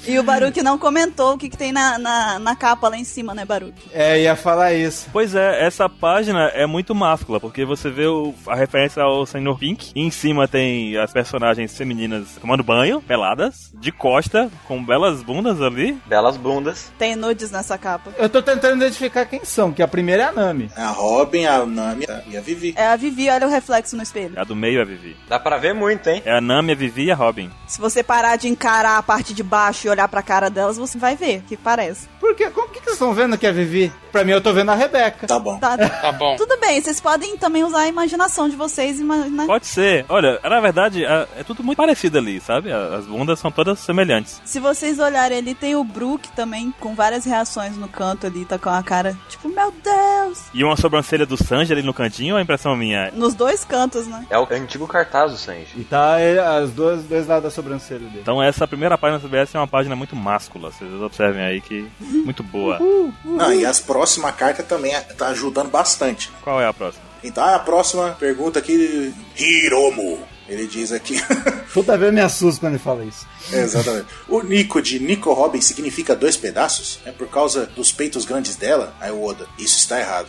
E o Baruque não comentou o que, que tem na, na, na capa lá em cima, né, Baruque? É, ia falar isso. pois é, essa página é muito máscula, porque você vê o- a referência ao Senhor Pink, e em cima tem as personagens femininas tomando banho, peladas, de costa, com belas bundas ali. Belas bundas. Tem nudes nessa capa. Eu tô tentando identificar quem são, que a primeira é a Nami. A Robin, a Nami a- e a Vivi. É a Vivi, olha o reflexo no espelho. A do meio é a Vivi. Dá pra ver muito, hein? É a Nami, a Vivi e a Robin. Se você parar de encarar a parte de baixo e olhar pra cara delas, você vai ver que parece. Por quê? Como que, que vocês estão vendo que é a Vivi? Pra mim, eu tô vendo a Rebeca. Tá bom. Tá? Tá bom. Tudo bem, vocês podem também usar a imaginação de vocês, ima- né? Pode ser. Olha, na verdade, a- é tudo muito parecido ali, sabe? A- As bundas são todas semelhantes. Se vocês olharem ali, tem o Brook também, com várias reações no canto ali, tá com a cara tipo, meu Deus! E uma sobrancelha do Sanji ali no cantinho, ou é impressão minha? Nos dois cantos, né? É o antigo cartaz do Sanji. E tá é, as duas, dois lados da sobrancelha dele. Então essa primeira página do CBS é uma página muito máscula, vocês observem aí que muito boa. Não, e as próximas cartas também é- tá ajudando bastante. Qual é a próxima? Então a próxima pergunta aqui. Hiromo. Ele diz aqui. [laughs] Toda vez eu me assusto quando ele fala isso. É, Exatamente. O Nico de Nico Robin significa dois pedaços? É por causa dos peitos grandes dela? Aí o Oda, isso está errado.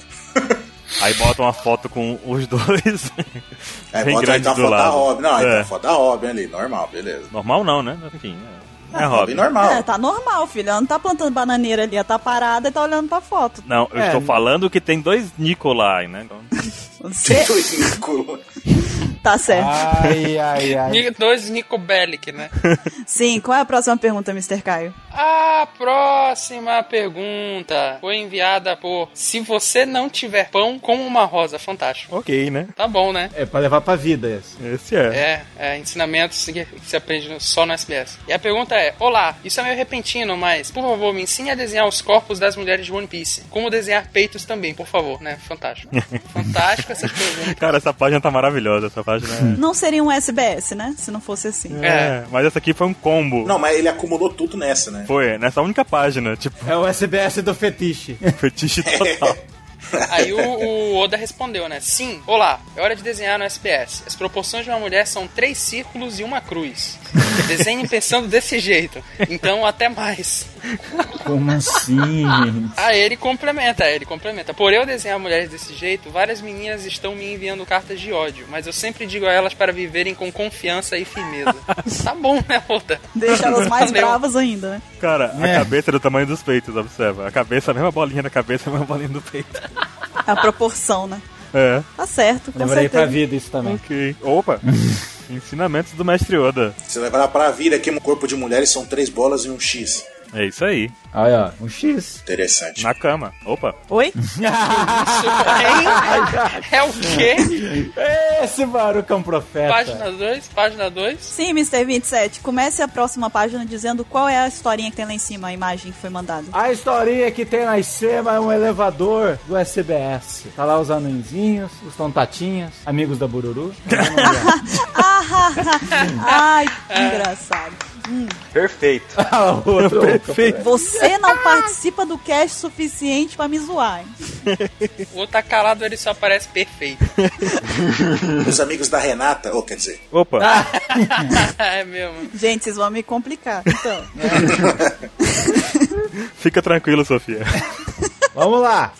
Aí botam uma foto com os dois. Aí bem bota aí grandes tá a do foto da lado. Robin. Não, aí tá É. a foto da Robin ali, normal, beleza. Normal não, né? Enfim, é, é hobby. normal. [laughs] É, tá normal, filho. Ela não tá plantando bananeira ali, ela tá parada e tá olhando pra foto. Não, eu É. estou falando que tem dois Nicolai, né? Então, Você Dois Nico. tá certo. Ah. Ai, ai, ai. Ni- Dois Nico Bellic, né? Sim, qual é a próxima pergunta, Mr. Caio? A próxima pergunta foi enviada por Se você não tiver pão com uma rosa, fantástico. ok, né? Tá bom, né? É pra levar pra vida esse. Esse é. É, é ensinamentos que que se aprende no- só no SBS. E a pergunta é: Olá, isso é meio repentino, mas por favor me ensine a desenhar os corpos das mulheres de One Piece. Como desenhar peitos também, por favor, né? Fantástico. Fantástico essas perguntas. Cara, essa página tá maravilhosa, essa página Não seria um SBS, né? Se não fosse assim. [laughs] é... é. Mas essa aqui foi um combo. Não, mas ele acumulou tudo nessa, né? Foi, nessa única página, tipo, [laughs] É o SBS do fetiche. fetiche total. Aí o, o Oda respondeu, né? Sim, olá, é hora de desenhar no SPS. As proporções de uma mulher são três círculos e uma cruz. Desenhe pensando desse jeito. Então, até mais. Como assim, gente? Aí ele complementa, ele complementa. Por eu desenhar mulheres desse jeito, várias meninas estão me enviando cartas de ódio, mas eu sempre digo a elas para viverem com confiança e firmeza. tá bom, né, Oda? Deixa elas mais Meu. bravas ainda, né? Cara, a É. cabeça é do tamanho dos peitos, observa. A cabeça, a mesma bolinha da cabeça, a mesma bolinha do peito. A proporção, né? É, Tá certo, com Lembrei pra certeza. vida isso também. ok. Opa! Ensinamentos do mestre Oda. Você levará pra vida que um corpo de mulheres são três bolas e um X. É isso aí. Aí, ó, um X. Interessante. Na cama. Opa. Oi? Hein? é o quê? Esse Baruca é um profeta. Página 2, página 2. Sim, Mr. 27. Comece a próxima página dizendo qual é a historinha que tem lá em cima, a imagem que foi mandada. A historinha que tem na ICEMA é um elevador do SBS. Tá lá os anõezinhos, os tontatinhas, amigos da Bururu. [laughs] Ah, [laughs] Ai, que É. engraçado. Perfeito. Ah, o outro. Perfeito. Você não participa do cast suficiente pra me zoar, hein? O outro tá calado, ele só aparece perfeito. [laughs] Os amigos da Renata, ou quer dizer, Opa. é mesmo. Gente, vocês vão me complicar. Então, Fica tranquilo, Sofia. Vamos lá.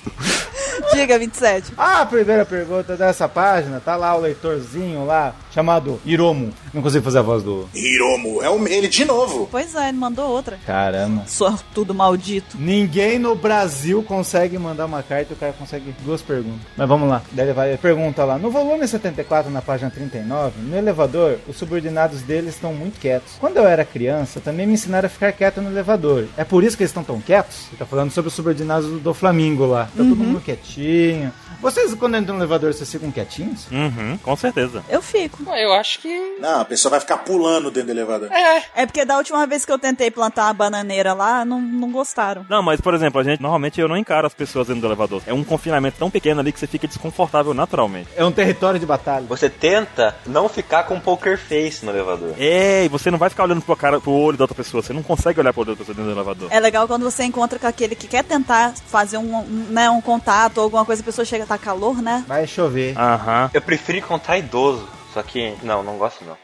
diga, 27. A primeira pergunta dessa página, tá lá o leitorzinho lá, chamado Iromo. Não consigo fazer a voz do... Hiromo, é o- ele de novo. Pois é, ele mandou outra. Caramba. Sortudo maldito. Ninguém no Brasil consegue mandar uma carta e o cara consegue duas perguntas. Mas vamos lá. Daí ele vai pergunta lá. No volume 74, na página 39, no elevador, os subordinados deles estão muito quietos. Quando eu era criança, também me ensinaram a ficar quieto no elevador. É por isso que eles estão tão quietos? Ele tá falando sobre os subordinados do, do Flamingo lá. Tá todo mundo quietinho. Vocês, quando entram no elevador, vocês ficam quietinhos? [laughs] Uhum, com certeza. Eu fico. Pô, eu acho que. Não, a pessoa vai ficar pulando dentro do elevador. É. É porque da última vez que eu tentei plantar a bananeira lá, não, não gostaram. Não, mas por exemplo, a gente normalmente eu não encaro as pessoas dentro do elevador. É um confinamento tão pequeno ali que você fica desconfortável naturalmente. É um território de batalha. Você tenta não ficar com poker face no elevador. É, e você não vai ficar olhando pro cara, pro olho da outra pessoa. Você não consegue olhar pro olho da outra pessoa dentro do elevador. É legal quando você encontra com aquele que quer tentar fazer um, um, né, um contato ou alguma coisa, a pessoa chega, tá calor, né? Vai chover. Aham. Eu prefiro encontrar idoso. Só que, não, não gosto não.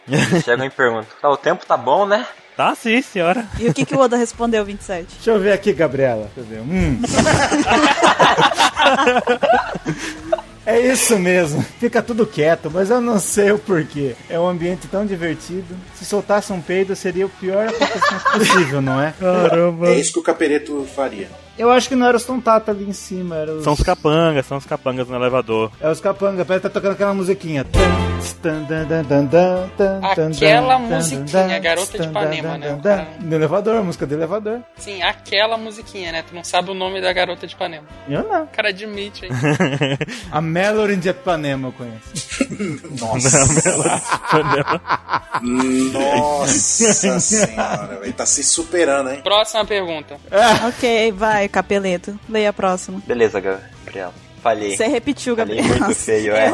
Chega e pergunta: tá, o tempo tá bom, né? Tá sim, senhora. E o que, que o Oda respondeu, [laughs] 27? Deixa eu ver aqui, Gabriela. Deixa eu ver. Hum. [laughs] É isso mesmo, fica tudo quieto, mas eu não sei o porquê. É um ambiente tão divertido. Se soltasse um peido, seria o pior acontecimento possível, não [laughs] é? Caramba. É isso que o Capereto faria. Eu acho que não era os tontata ali em cima, era os. São os capangas, são os capangas no elevador. [laughs] É os capanga, parece que tá tocando aquela musiquinha. Tan, tan, tan, tan, tan, tan, tan, tan, Aquela tan, musiquinha, tan, Garota de tan, Ipanema, tan, né? tan, O tan. cara- Do elevador, música do elevador. Sim, aquela musiquinha, né? Tu não sabe o nome da garota de Ipanema. Eu não. O cara admite, hein? A Melody de Ipanema eu conheço. Nossa senhora, velho. Tá se superando, hein? Próxima pergunta. ok, vai, capeleto. Leia a próxima. Beleza, Gabriela. Falhei. Você repetiu, Falei Gabriel. [laughs] muito feio, é.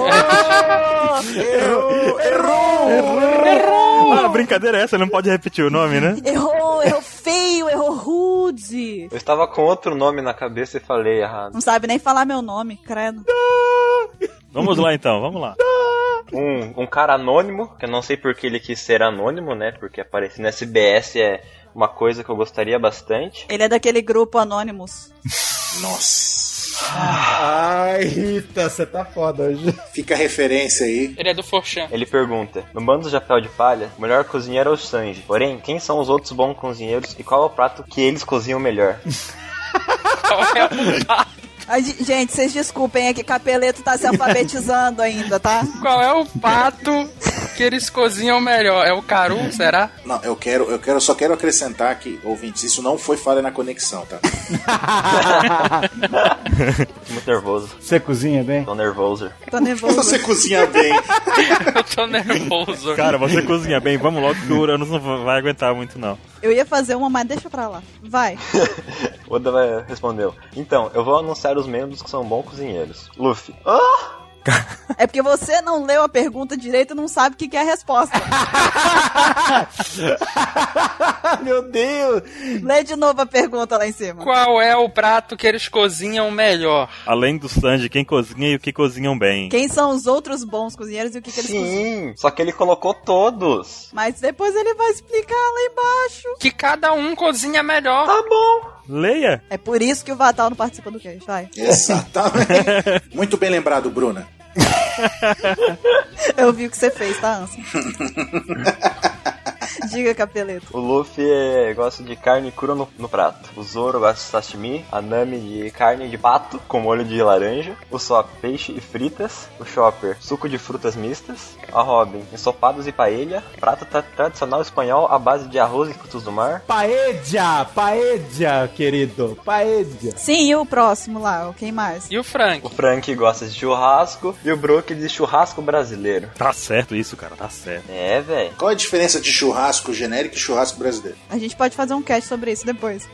Ah, brincadeira é essa, não pode repetir o nome, né? Errou, errou feio, errou rude. Eu estava com outro nome na cabeça e falei errado. Não sabe nem falar meu nome, credo. Vamos lá então, vamos lá. Um, um cara anônimo, que eu não sei por que ele quis ser anônimo, né? Porque aparecer na SBS é uma coisa que eu gostaria bastante. Ele é daquele grupo Anonymous. Nossa. Ai, Rita, você tá foda hoje. Fica a referência aí. Ele é do Forchan. Ele pergunta: No bando do chapéu de palha, o melhor cozinheiro é o Sanji. Porém, quem são os outros bons cozinheiros e qual é o prato que eles cozinham [laughs] melhor? Qual é o prato? Ai, ge- gente, vocês desculpem, é que Capeleto tá se alfabetizando ainda, tá? Qual é o pato que eles cozinham melhor? É o caru, será? Não, eu quero, eu quero, só quero acrescentar que, ouvintes, isso não foi falha na conexão, tá? [laughs] Tô Muito nervoso. Você cozinha bem? Tô nervoso. Tô nervoso. Você cozinha bem. [laughs] Eu tô nervoso. Cara, você cozinha bem, vamos logo que o Uranus não vai aguentar muito, não. Eu ia fazer uma, mas deixa pra lá. Vai. Oda vai- respondeu: Então, eu vou anunciar os membros que são bons cozinheiros. Luffy. Ah! cara. É porque você não leu a pergunta direito e não sabe o que, que é a resposta. Meu Deus! Lê de novo a pergunta lá em cima. Qual é o prato que eles cozinham melhor? Além do Sanji, quem cozinha e o que cozinham bem. Quem são os outros bons cozinheiros e o que, que eles cozinham? Sim, só que ele colocou todos. Mas depois ele vai explicar lá embaixo. Que cada um cozinha melhor. Tá bom. Leia! É por isso que o Vatal não participa do cast. Vai. Exatamente. Muito bem lembrado, Bruna. Eu vi o que você fez, tá, Anson? Diga, capeleto. O Luffy é- gosta de carne crua no, no prato. O Zoro gosta de sashimi. A Nami de carne de pato com molho de laranja. O Sop, peixe e fritas. O Chopper, suco de frutas mistas. A Robin, ensopados e paella. Prato tra- tradicional espanhol à base de arroz e frutos do mar. Paedia! Paedia, querido! Paedia! Sim, e o próximo lá? Quem mais? E o Frank? O Frank gosta de churrasco. E o Brook de churrasco brasileiro. Tá certo isso, cara, tá certo. É, velho. Qual é a diferença de churrasco genérico e churrasco brasileiro? A gente pode fazer um cast sobre isso depois.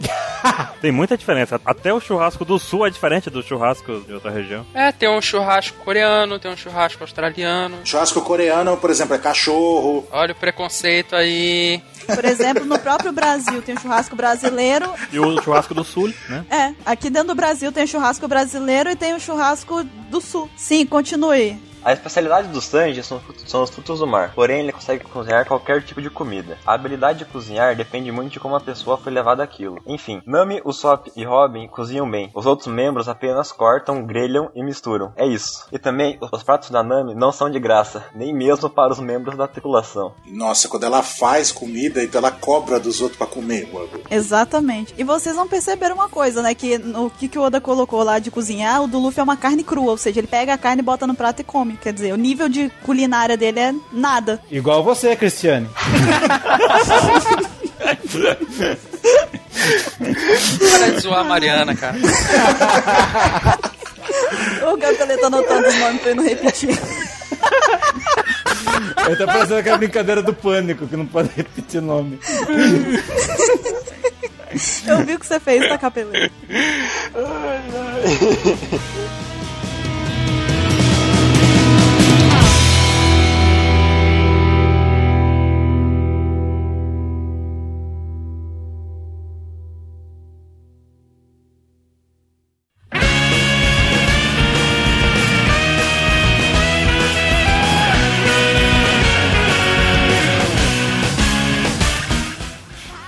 Tem muita diferença. Até o churrasco do sul é diferente do churrasco de outra região. É, tem um churrasco coreano, tem um churrasco australiano. Churrasco coreano, por exemplo, é cachorro. Olha o preconceito aí. Por exemplo, no próprio Brasil tem o churrasco brasileiro. E o churrasco do sul, né? É, aqui dentro do Brasil tem o churrasco brasileiro e tem o churrasco do sul. Sim, continue. A especialidade do Sanji são, são os frutos do mar, porém ele consegue cozinhar qualquer tipo de comida. A habilidade de cozinhar depende muito de como a pessoa foi levada àquilo. Enfim, Nami, Usopp e Robin cozinham bem. Os outros membros apenas cortam, grelham e misturam. É isso. E também, os pratos da Nami não são de graça, nem mesmo para os membros da tripulação. Nossa, quando ela faz comida, então ela cobra dos outros pra comer. mano. Exatamente. E vocês vão perceber uma coisa, né? Que o que, que o Oda colocou lá de cozinhar, o do Luffy é uma carne crua. Ou seja, ele pega a carne, bota no prato e come. Quer dizer, o nível de culinária dele é nada. Igual você, Cristiane. Para de zoar a Mariana, cara. O Gabriel tá anotando os nomes pra eu não repetir. Eu tô pensando aquela brincadeira do pânico, que não pode repetir nome. Eu vi o que você fez, tá, capeleto?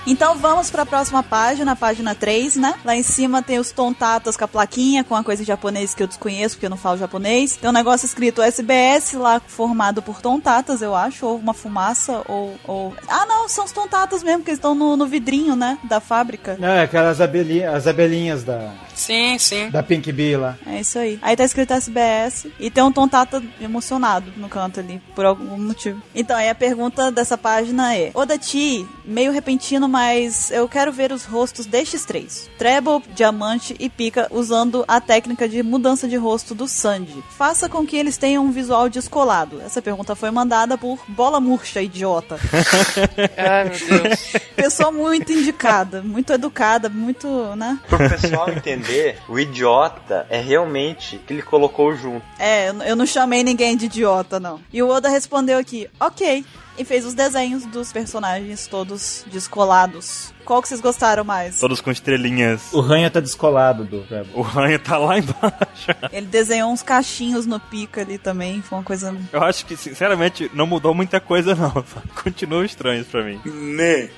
Então vamos pra próxima página, página 3, né? Lá em cima tem os tontatas com a plaquinha, com a coisa em japonês que eu desconheço, porque eu não falo japonês. Tem um negócio escrito SBS lá, formado por tontatas, eu acho, ou uma fumaça, ou... ou- Ah, não, são os tontatas mesmo, que eles estão no, no vidrinho, né? Da fábrica. Não, é aquelas abelhinhas, as abelhinhas da, Sim, sim. da Pink Bee lá. É isso aí. Aí tá escrito SBS e tem um tontata emocionado no canto ali, por algum motivo. Então, aí a pergunta dessa página é: Oda Ti, meio repentino, mas eu quero ver os rostos destes três: Treble, Diamante e Pika usando a técnica de mudança de rosto do Sandy. Faça com que eles tenham um visual descolado. Essa pergunta foi mandada por Bola Murcha, idiota. Ai, meu Deus. Pessoa muito indicada, muito educada, muito, né? Pro pessoal [laughs] entender, o idiota é realmente que ele colocou junto. É, eu- eu não chamei ninguém de idiota, não. E o Oda respondeu aqui, ok. E fez os desenhos dos personagens todos descolados. Qual que vocês gostaram mais? Todos com estrelinhas. O ranha tá descolado do Rebel. O Ranha tá lá embaixo. Ele desenhou uns cachinhos no pica ali também, foi uma coisa. Eu acho que, sinceramente, não mudou muita coisa, não. sabe? Continua estranho pra mim. Né?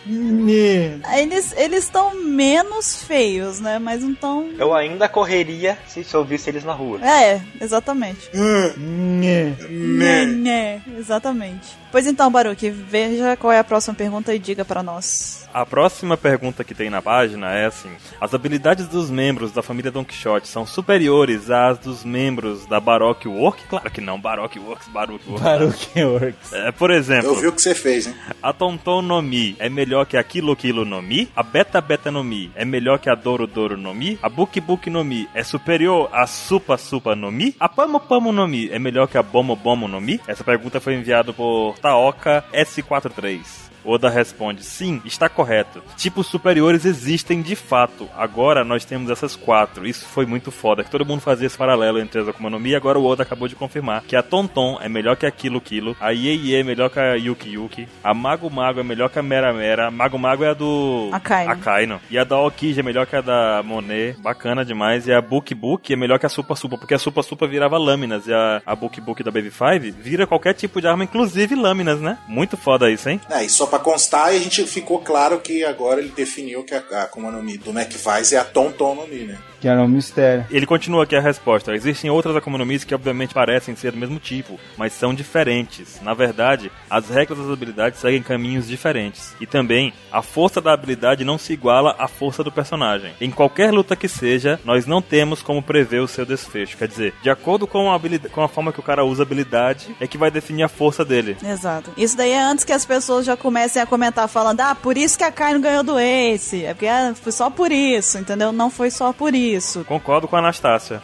Eles eles estão menos feios, né? Mas não tão. Eu ainda correria se eu visse eles na rua. É, exatamente. É. Né, né, exatamente. Pois então, Baruque, veja qual é a próxima pergunta e diga pra nós. A próxima pergunta que tem na página é assim: As habilidades dos membros da família Don Quixote são superiores às dos membros da Baroque Work? Claro que não, Baroque Works, Baroque Works. né? Baruque Works. É, por exemplo, Eu vi o que você fez, hein? a Tonton no Mi é melhor que a Kilo Kilo no Mi, a Beta Beta no Mi é melhor que a Doro Doro no Mi, a Buki Buki no Mi é superior a Supa Supa no Mi, a Pamo Pamo no Mi é melhor que a Bomo Bomo no Mi? Essa pergunta foi enviada por Taoka S43. Oda responde: Sim, está correto. Tipos superiores existem de fato. Agora nós temos essas quatro. Isso foi muito foda, que todo mundo fazia esse paralelo entre as Akuma no Mi. E agora o Oda acabou de confirmar que a Tonton é melhor que a Kilo Kilo, a Ye Ye é melhor que a Yuki Yuki, a Mago Mago é melhor que a Mera Mera, a Mago Mago é a do Akainu. Akainu. E a da Okija é melhor que a da Monet. Bacana demais. E a Book Book é melhor que a Supa Supa, porque a Supa Supa virava lâminas. E a, a Book Book da Baby Five vira qualquer tipo de arma, inclusive lâminas, né? Muito foda isso, hein? É, e só pra constar, a gente ficou claro que agora ele definiu que a, a Akuma no Mi do McVice é a Tom Tom no Mi, né? Que era um mistério. Ele continua aqui a resposta. Existem outras economias que obviamente parecem ser do mesmo tipo, mas são diferentes. Na verdade, as regras das habilidades seguem caminhos diferentes. E também, a força da habilidade não se iguala à força do personagem. Em qualquer luta que seja, nós não temos como prever o seu desfecho. Quer dizer, de acordo com a, habilidade, com a forma que o cara usa a habilidade, é que vai definir a força dele. Exato. Isso daí é antes que as pessoas já comecem a comentar falando, ah, por isso que a Kaino ganhou do Ace. É porque ah, foi só por isso, entendeu? Não foi só por isso. Concordo com a Anastácia.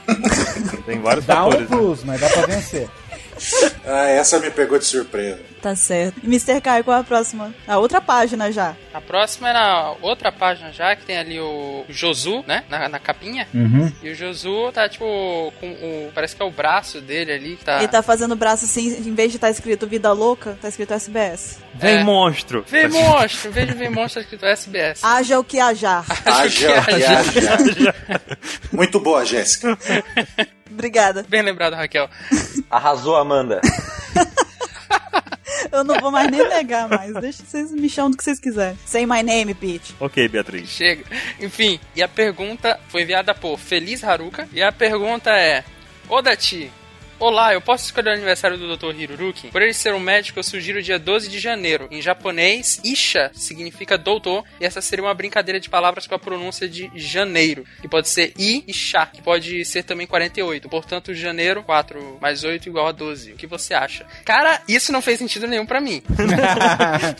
Tem vários Dá um fatores. né? plus, mas dá pra vencer. Ah, essa me pegou de surpresa. Tá certo. E Mr. Kai, qual é a próxima? A outra página já. A próxima é na outra página já, que tem ali o Josu, né? Na, na capinha. E o Josu tá, tipo, com o. Parece que é o braço dele ali que tá. Ele tá fazendo o braço assim, em vez de estar escrito Vida Louca, tá escrito SBS. Vem monstro! Vem monstro! Em vez de ver monstro, tá escrito SBS. Haja o que hajar. Haja, haja, haja. Muito boa, Jéssica. Obrigada. Bem lembrado, Raquel. Arrasou, Amanda. Eu não vou mais nem negar mais. Deixa vocês me chamam do que vocês quiserem. Say my name, bitch. ok, Beatriz. [laughs] Chega. Enfim, e a pergunta foi enviada por Feliz Haruka. E a pergunta é: Odati. Olá, eu posso escolher o aniversário do Dr. Hiruruki? Por ele ser um médico, eu sugiro dia 12 de janeiro. Em japonês, Isha significa doutor, e essa seria uma brincadeira de palavras com a pronúncia de janeiro, que pode ser I e Chá, que pode ser também 48. Portanto, janeiro, 4 mais 8 igual a 12. O que você acha? Cara, isso não fez sentido nenhum pra mim.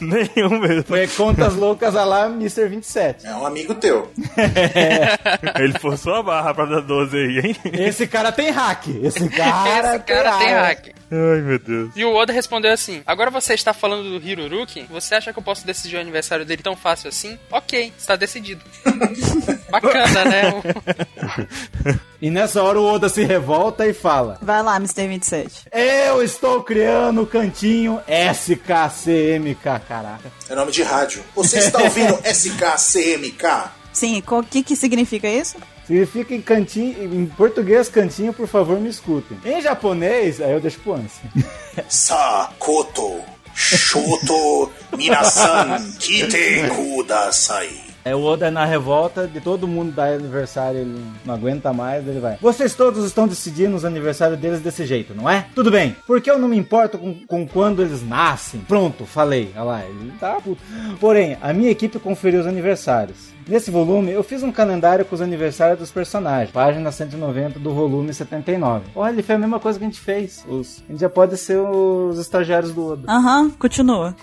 Nenhum mesmo. Foi contas loucas a lá, Mr. 27. É um amigo teu. [laughs] Ele forçou a barra pra dar 12 aí, hein? Esse cara tem hack. Esse Esse cara, cara tem hack. Ai, meu Deus. E o Oda respondeu assim: Agora você está falando do Hiruruki? Você acha que eu posso decidir o aniversário dele tão fácil assim? Ok, está [laughs] decidido. Bacana, né? [laughs] O- E nessa hora o Oda se revolta e fala: Vai lá, Mr. 27. Eu estou criando o cantinho SKCMK, caraca. É nome de rádio. Você está ouvindo SKCMK? Sim, o que que significa isso? Significa em cantinho, em português cantinho, por favor, me escutem. Em japonês, aí eu deixo pro Ansem. Sakoto Shoto Minasan Kite Kudasai. É o Oda na revolta de todo mundo dá aniversário, ele não aguenta mais, ele vai. Vocês todos estão decidindo os aniversários deles desse jeito, não é? Tudo bem, porque eu não me importo com, com quando eles nascem. Pronto, falei. Olha lá, ele tá puto. Porém, a minha equipe conferiu os aniversários. Nesse volume, eu fiz um calendário com os aniversários dos personagens, página 190 do volume 79. Olha, ele fez a mesma coisa que a gente fez. Os, a gente já pode ser os estagiários do Oda. Aham, continua.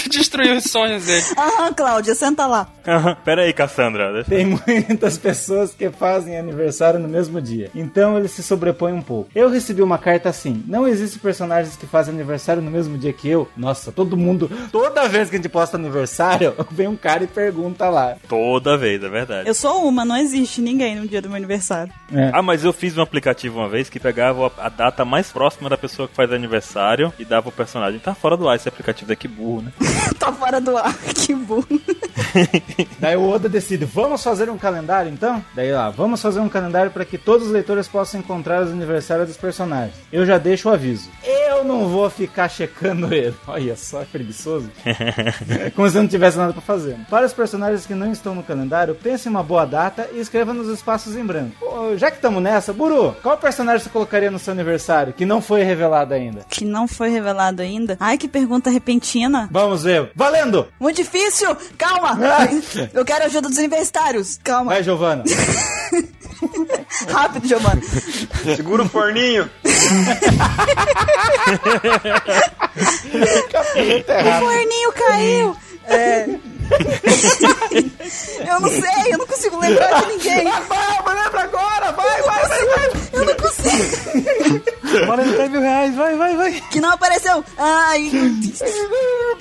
Tu Destruiu os sonhos dele. Aham, Cláudia, senta lá. Aham, Pera aí, Cassandra. Deixa- Tem [laughs] muitas pessoas que fazem aniversário no mesmo dia, então eles se sobrepõem um pouco. Eu recebi uma carta assim: não existe personagens que fazem aniversário no mesmo dia que eu. Nossa, todo mundo, toda vez que a gente posta aniversário, [laughs] vem um cara e pergunta lá. Toda vez, é verdade. Eu sou uma, não existe ninguém no dia do meu aniversário. Ah, mas eu fiz um aplicativo uma vez que pegava a a data mais próxima da pessoa que faz aniversário e dava o personagem. Tá fora do ar esse aplicativo daqui, burro, [laughs] né? [laughs] tá fora do ar, [laughs] que burro. Daí o Oda decide: vamos fazer um calendário então? Daí lá, vamos fazer um calendário para que todos os leitores possam encontrar os aniversários dos personagens. Eu já deixo o aviso: eu não vou ficar checando ele. [laughs] Olha só, que preguiçoso. É como se eu não tivesse nada pra fazer. Para os personagens que não estão no calendário, pense em uma boa data e escreva nos espaços em branco. Ô, Já que estamos nessa, Buru, qual personagem você colocaria no seu aniversário que não foi revelado ainda? Que não foi revelado ainda. Ai, que pergunta repentina. Vamos ver. Valendo! Muito difícil! Calma! Ai. Eu quero a ajuda dos universitários! Calma! Vai, Giovana. Rápido, Giovanni! Segura o forninho. O forninho caiu! É. [laughs] eu não sei, eu não consigo lembrar [laughs] de ninguém! é Vai, lembra agora! Vai, vai! Eu não consigo! 43 mil reais, vai, vai, vai. Que não apareceu! Ai,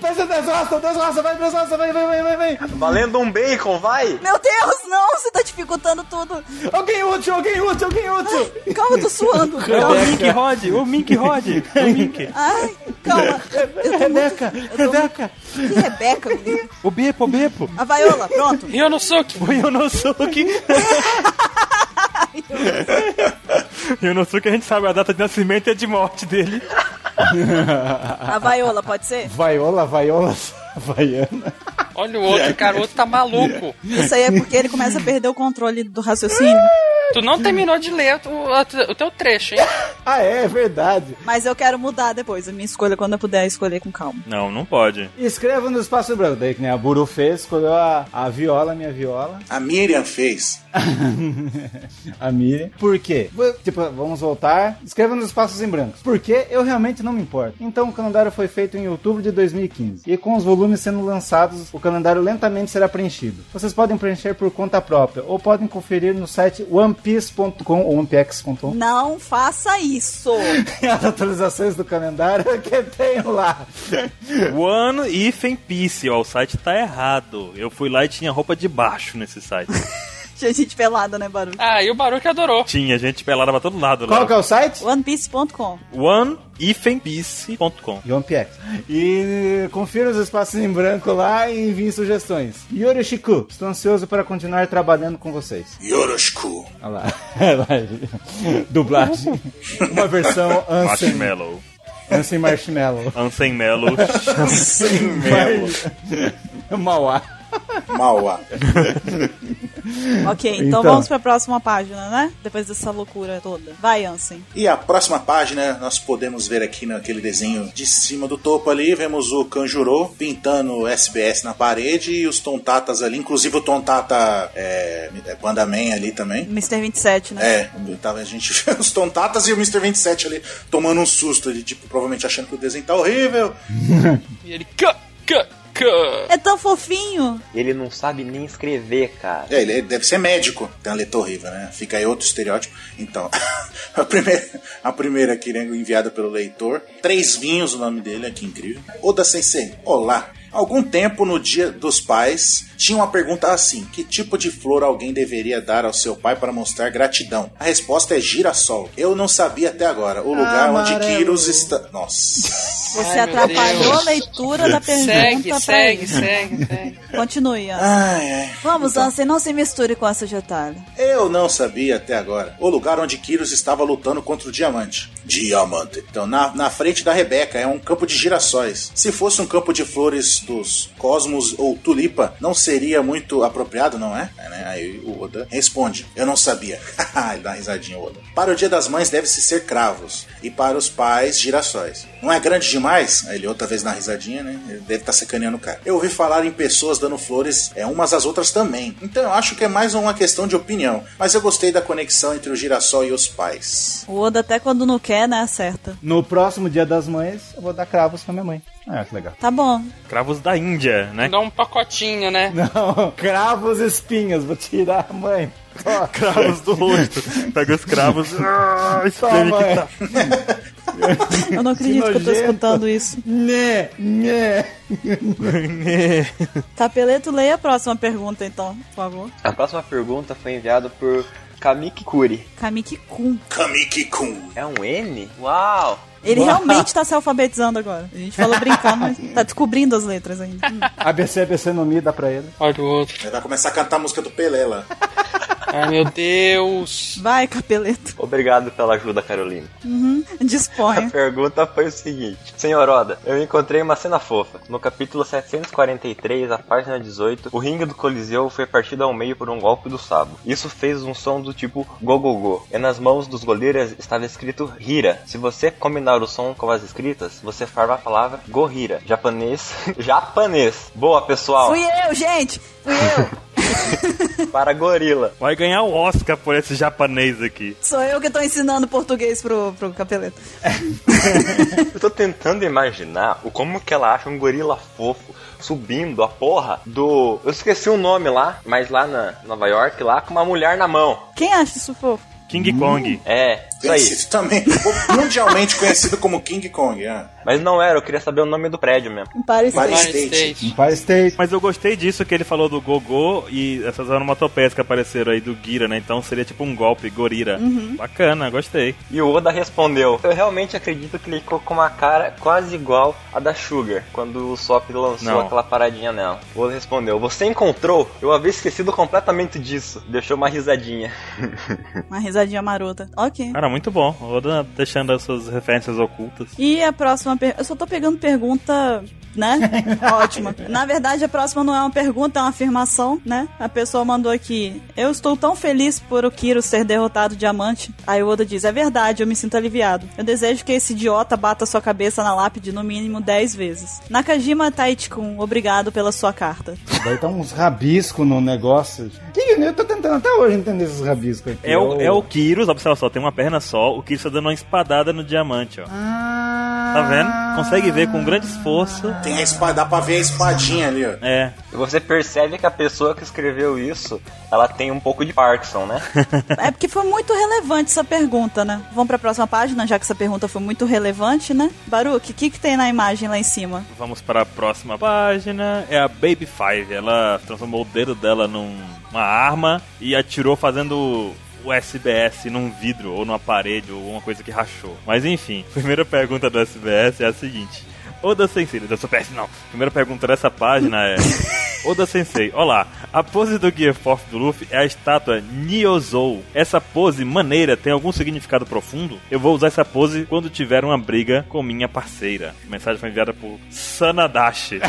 Peça das roças, das roças, vai, das roças, vai, vai, vai, vai, vai. Valendo um bacon, vai! meu Deus, não! Você tá dificultando tudo! Alguém útil, alguém útil, alguém útil. Calma, eu tô suando! O Calma. Mink Rod, o Mink Rod, o Mink. Ai, calma! Eu tô muito... Rebeca, Rebeca. Que Rebeca, menino? O Bepo, o Bepo. A vaiola, pronto! E eu não sou que. O Yonosuke. [laughs] Yonosuke a gente sabe a data de nascimento e a de morte dele. A vaiola, pode ser? Vaiola, vaiola, [laughs] vaiana. Olha o outro, cara, o outro tá maluco. Isso aí é porque ele começa a perder o controle do raciocínio. Tu não terminou de ler o, o- o teu trecho, hein? Ah, é, é verdade. Mas eu quero mudar depois, a minha escolha, quando eu puder escolher com calma. Não, não pode. Escreva no espaço branco. Daí que nem a Buru fez, escolheu a, a viola, minha viola. A Miriam fez. a Miriam. Por quê? V- Tipo, vamos voltar. Escreva nos espaços em brancos. Porque eu realmente não me importo. Então, o calendário foi feito em outubro de 2015. E com os volumes sendo lançados, o calendário lentamente será preenchido. Vocês podem preencher por conta própria ou podem conferir no site onepiece.com ou onepiece.com Não faça isso! [laughs] as atualizações do calendário [laughs] que tem lá. One If in Peace, ó, o site tá errado. Eu fui lá e tinha roupa de baixo nesse [laughs] site. Tinha gente pelada, né, Barulho? Ah, e o Baruque adorou. tinha gente pelada pra todo lado Qual que é lá. o site? OnePiece.com OneIfempeace.com Yompiex. E confira os espaços em branco lá e envie sugestões. Yori Shiku, estou ansioso para continuar trabalhando com vocês. Yoroshiku. Olha lá. [laughs] Dublagem. Uma versão Ansem, Marshmallow. Ansem Marshmallow. Ansem [laughs] Mellow. É, Mauá. Mauá. Ok, então, Então. vamos pra próxima página, né? Depois dessa loucura toda. Vai, Ansem. E a próxima página, nós podemos ver aqui naquele desenho de cima do topo ali, vemos o Kanjuro pintando o SBS na parede e os Tontatas ali, inclusive o Tontata é, é, Bandaman ali também. Mr. 27, né? É, tava, a gente [laughs] vê os Tontatas e o Mr. 27 ali tomando um susto, ele, tipo, provavelmente achando que o desenho tá horrível. E ele. Cã, cã, cã. É tão fofinho! Ele não sabe nem escrever, cara. É, ele deve ser médico. Tem uma letra horrível, né? Fica aí outro estereótipo. Então, [laughs] a primeira, a primeira aqui, né, enviada pelo leitor. Três vinhos, o nome dele, aqui incrível. Oda Sensei, olá. Algum tempo no dia dos pais, tinha uma pergunta assim: que tipo de flor alguém deveria dar ao seu pai para mostrar gratidão? A resposta é girassol. Eu não sabia até agora. O lugar onde Amarelo. Kiros está. Nossa. Você Ai, meu atrapalhou Deus. a leitura da pergunta Segue, pra segue, ele. segue, segue. Continue, Ansem. Ai, ai. Então. Vamos, Ansem, não se misture com essa jetada. Eu não sabia até agora. O lugar onde Kyrios estava lutando contra o diamante. Diamante. Então, na, na frente da Rebeca, é um campo de girassóis. Se fosse um campo de flores dos cosmos ou tulipa, não seria muito apropriado, não é? É, né? Aí o Oda responde: Eu não sabia. [laughs] Ele dá uma risadinha, o Oda. Para o dia das mães, deve-se ser cravos. E para os pais, girassóis. Não é grande demais? Aí ele outra vez na risadinha, né? Ele deve estar sacaneando o cara. Eu ouvi falar em pessoas dando flores é, umas às outras também. Então eu acho que é mais uma questão de opinião. Mas eu gostei da conexão entre o girassol e os pais. O Oda, até quando não quer, né, acerta. No próximo dia das mães, eu vou dar cravos pra minha mãe. Ah, que legal. Tá bom. Cravos da Índia, né? Dá um pacotinho, né? Não, [laughs] cravos e espinhos, vou tirar a mãe. Ó, Cravos do rosto. Pega os [laughs] cravos. Ah, espreme Toma, que é. tá. Eu [laughs] não acredito que eu tô nojento. escutando isso. Né, né. Capeleto, Tá, leia a próxima pergunta, então, por favor. A próxima pergunta foi enviada por Kamiki Kuri. Kamiki Kun. Kamiki-kun. É um N? Uau! Ele Uau. realmente tá se alfabetizando agora. A gente falou brincando, mas tá descobrindo as letras [laughs] ainda. Hum. ABC, ABC no Mi, dá pra ele. Olha o outro. Ele vai começar a cantar a música do Pelé lá. Ai, meu Deus. Vai, Capeleto. [laughs] Obrigado pela ajuda, Carolina. A Disponha. pergunta foi o seguinte: Senhor Oda, eu encontrei uma cena fofa. No capítulo 743, a página 18, o ringue do Coliseu foi partido ao meio por um golpe do sábado. Isso fez um som do tipo go go go. E nas mãos dos goleiros estava escrito Hira. Se você combinar o som com as escritas, você forma a palavra Gohira. Japonês. [laughs] Japonês. Boa, pessoal. Fui eu, gente! Fui [laughs] eu! Para gorila. Vai ganhar o Oscar por esse japonês aqui. Sou eu que tô ensinando português pro, pro Capeleto. Eu tô tentando imaginar o como que ela acha um gorila fofo subindo a porra do. Eu esqueci o nome lá, mas lá na Nova York, lá com uma mulher na mão. Quem acha isso fofo? King Hum. Kong. É, [laughs] isso aí. Conhecido também, mundialmente conhecido como King Kong. É. Mas não era, eu queria saber o nome do prédio mesmo. Empire State. Empire Empire State. State. Empire State. Mas eu gostei disso que ele falou do Gogô e essas onomatopeias que apareceram aí do Gira, né? Então seria tipo um golpe, gorira. Uhum. Bacana, gostei. E o Oda respondeu: Eu realmente acredito que ele ficou com uma cara quase igual a da Sugar, quando o Sop lançou Não. aquela paradinha nela. O Oda respondeu: Você encontrou? Eu havia esquecido completamente disso. Deixou uma risadinha. Uma risadinha marota. Ok. Cara, muito bom. O Oda deixando as suas referências ocultas. E a próxima pergunta. Eu só tô pegando pergunta, né? Ótima. Na verdade, a próxima não é uma pergunta, é uma afirmação, né? A pessoa mandou aqui: Eu estou tão feliz por o Kiro ser derrotado diamante. Aí o Oda diz: É verdade, eu me sinto aliviado. Eu desejo que esse idiota bata sua cabeça na lápide no mínimo 10 vezes. Nakajima Taichikun, obrigado pela sua carta. Daí tá uns rabiscos no negócio. Que- Eu tô tentando até hoje entender esses rabiscos aqui. É o, Eu- é o Kyrus, observa só, tem uma perna só. O Kyrus tá dando uma espadada no diamante, ó. Tá vendo? Consegue ver com grande esforço. Tem a espada, dá pra ver a espadinha ali, ó. É, E você percebe que a pessoa que escreveu isso, ela tem um pouco de Parkinson, né? É porque foi muito relevante essa pergunta, né? Vamos pra próxima página, já que essa pergunta foi muito relevante, né? Baruque, o que, que tem na imagem lá em cima? Vamos para a próxima página. É a Baby Five. Ela transformou o dedo dela numa arma e atirou fazendo o SBS num vidro ou numa parede ou uma coisa que rachou. Mas enfim, [laughs] primeira pergunta do SBS é a seguinte. Oda Sensei, da Super S não. Primeira pergunta dessa página é. Oda Sensei, olá. A pose do Gear Force do Luffy é a estátua Niozou. Essa pose maneira tem algum significado profundo? Eu vou usar essa pose quando tiver uma briga com minha parceira. A mensagem foi enviada por Sanadashi.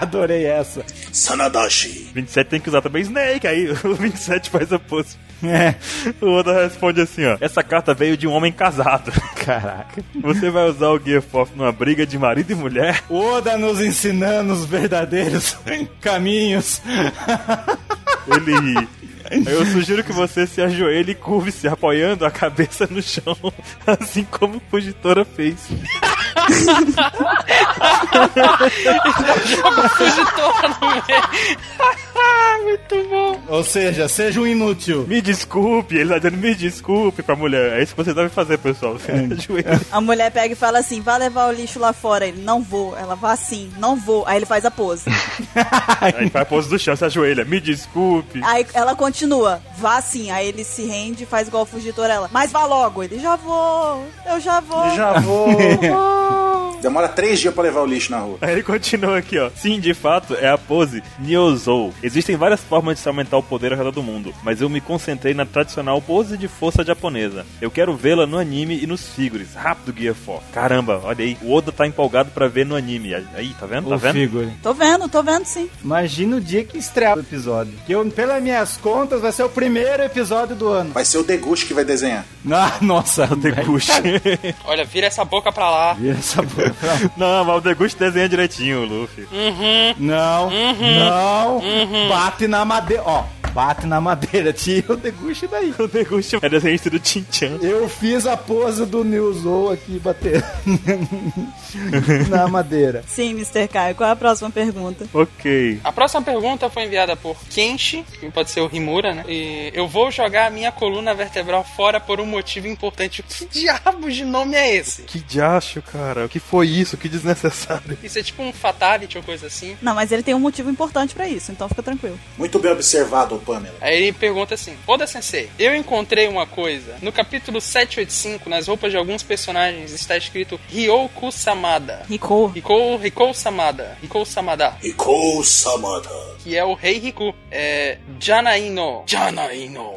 Adorei essa. Sanadashi. 27 tem que usar também Snake, aí o [laughs] 27 faz a pose. É. O Oda responde assim, ó. Essa carta veio de um homem casado. [laughs] Caraca. Você vai usar o Gear Force numa briga de marido e mulher? O Oda nos ensinando os verdadeiros [laughs] caminhos. Ele ri. Eu sugiro que você se ajoelhe e curve-se, apoiando a cabeça no chão, [laughs] assim como Fugitora fez. [laughs] Fugitora no meio. Muito bom. Ou seja, seja um inútil. Me desculpe, ele tá dizendo me desculpe pra mulher. É isso que vocês devem fazer, pessoal. Você ajoelha. A mulher pega e fala assim: vai levar o lixo lá fora. Ele, não vou. Ela, vá sim, não vou. Aí ele faz a pose. Aí vai a pose do chão, se ajoelha. Me desculpe. Aí ela continua: vá sim. Aí ele se rende, faz igual o fugitor. Ela, mas vá logo. Ele, já vou, eu já vou. Já vou. Demora três dias pra levar o lixo na rua. Aí ele continua aqui, ó. Sim, de fato, é a pose Niozou. Existem várias formas de se aumentar o poder ao redor do mundo, mas eu me concentrei na tradicional pose de força japonesa. Eu quero vê-la no anime e nos figures. Rápido, Gear 4. Caramba, olha aí. O Oda tá empolgado pra ver no anime. Aí, tá vendo? Tá Ô, vendo? Figure. Tô vendo, tô vendo sim. Imagina o dia que estrear o episódio. Que eu, pelas minhas contas, vai ser o primeiro episódio do ano. [laughs] Vai ser o Deguchi que vai desenhar. Ah, nossa, O Deguchi. Olha, vira essa boca pra lá. Vira [laughs] essa boca. pra lá. [laughs] Não, mas o Deguchi desenha direitinho, Luffy. Não, não. Bate na madeira. Ó, bate na madeira. Tira [laughs] o deguste daí. O Deguchi é desenhista do Chin-Chan. Eu fiz a pose do Newzou aqui bater na madeira. Sim, Mr. Caio, qual é a próxima pergunta? Ok. A próxima pergunta foi enviada por Kenshi, que pode ser o Rimura, né? E eu vou jogar a minha coluna vertebral fora por um motivo importante. Que diabo de nome é esse? Que diacho, cara. O que foi isso? Que desnecessário. Isso é tipo um fatality ou coisa assim. Não, mas ele tem um motivo importante pra isso, então fica tranquilo. Muito bem observado, Pamela. Aí ele pergunta assim: Oda Sensei, eu encontrei uma coisa. No capítulo 785, nas roupas de alguns personagens, está escrito Ryoku Samada. Rico. Rikou, Rikou Samada. Rikou Samada. Rikou Samada. Que é o rei Riku. É. Janaino. Janaino.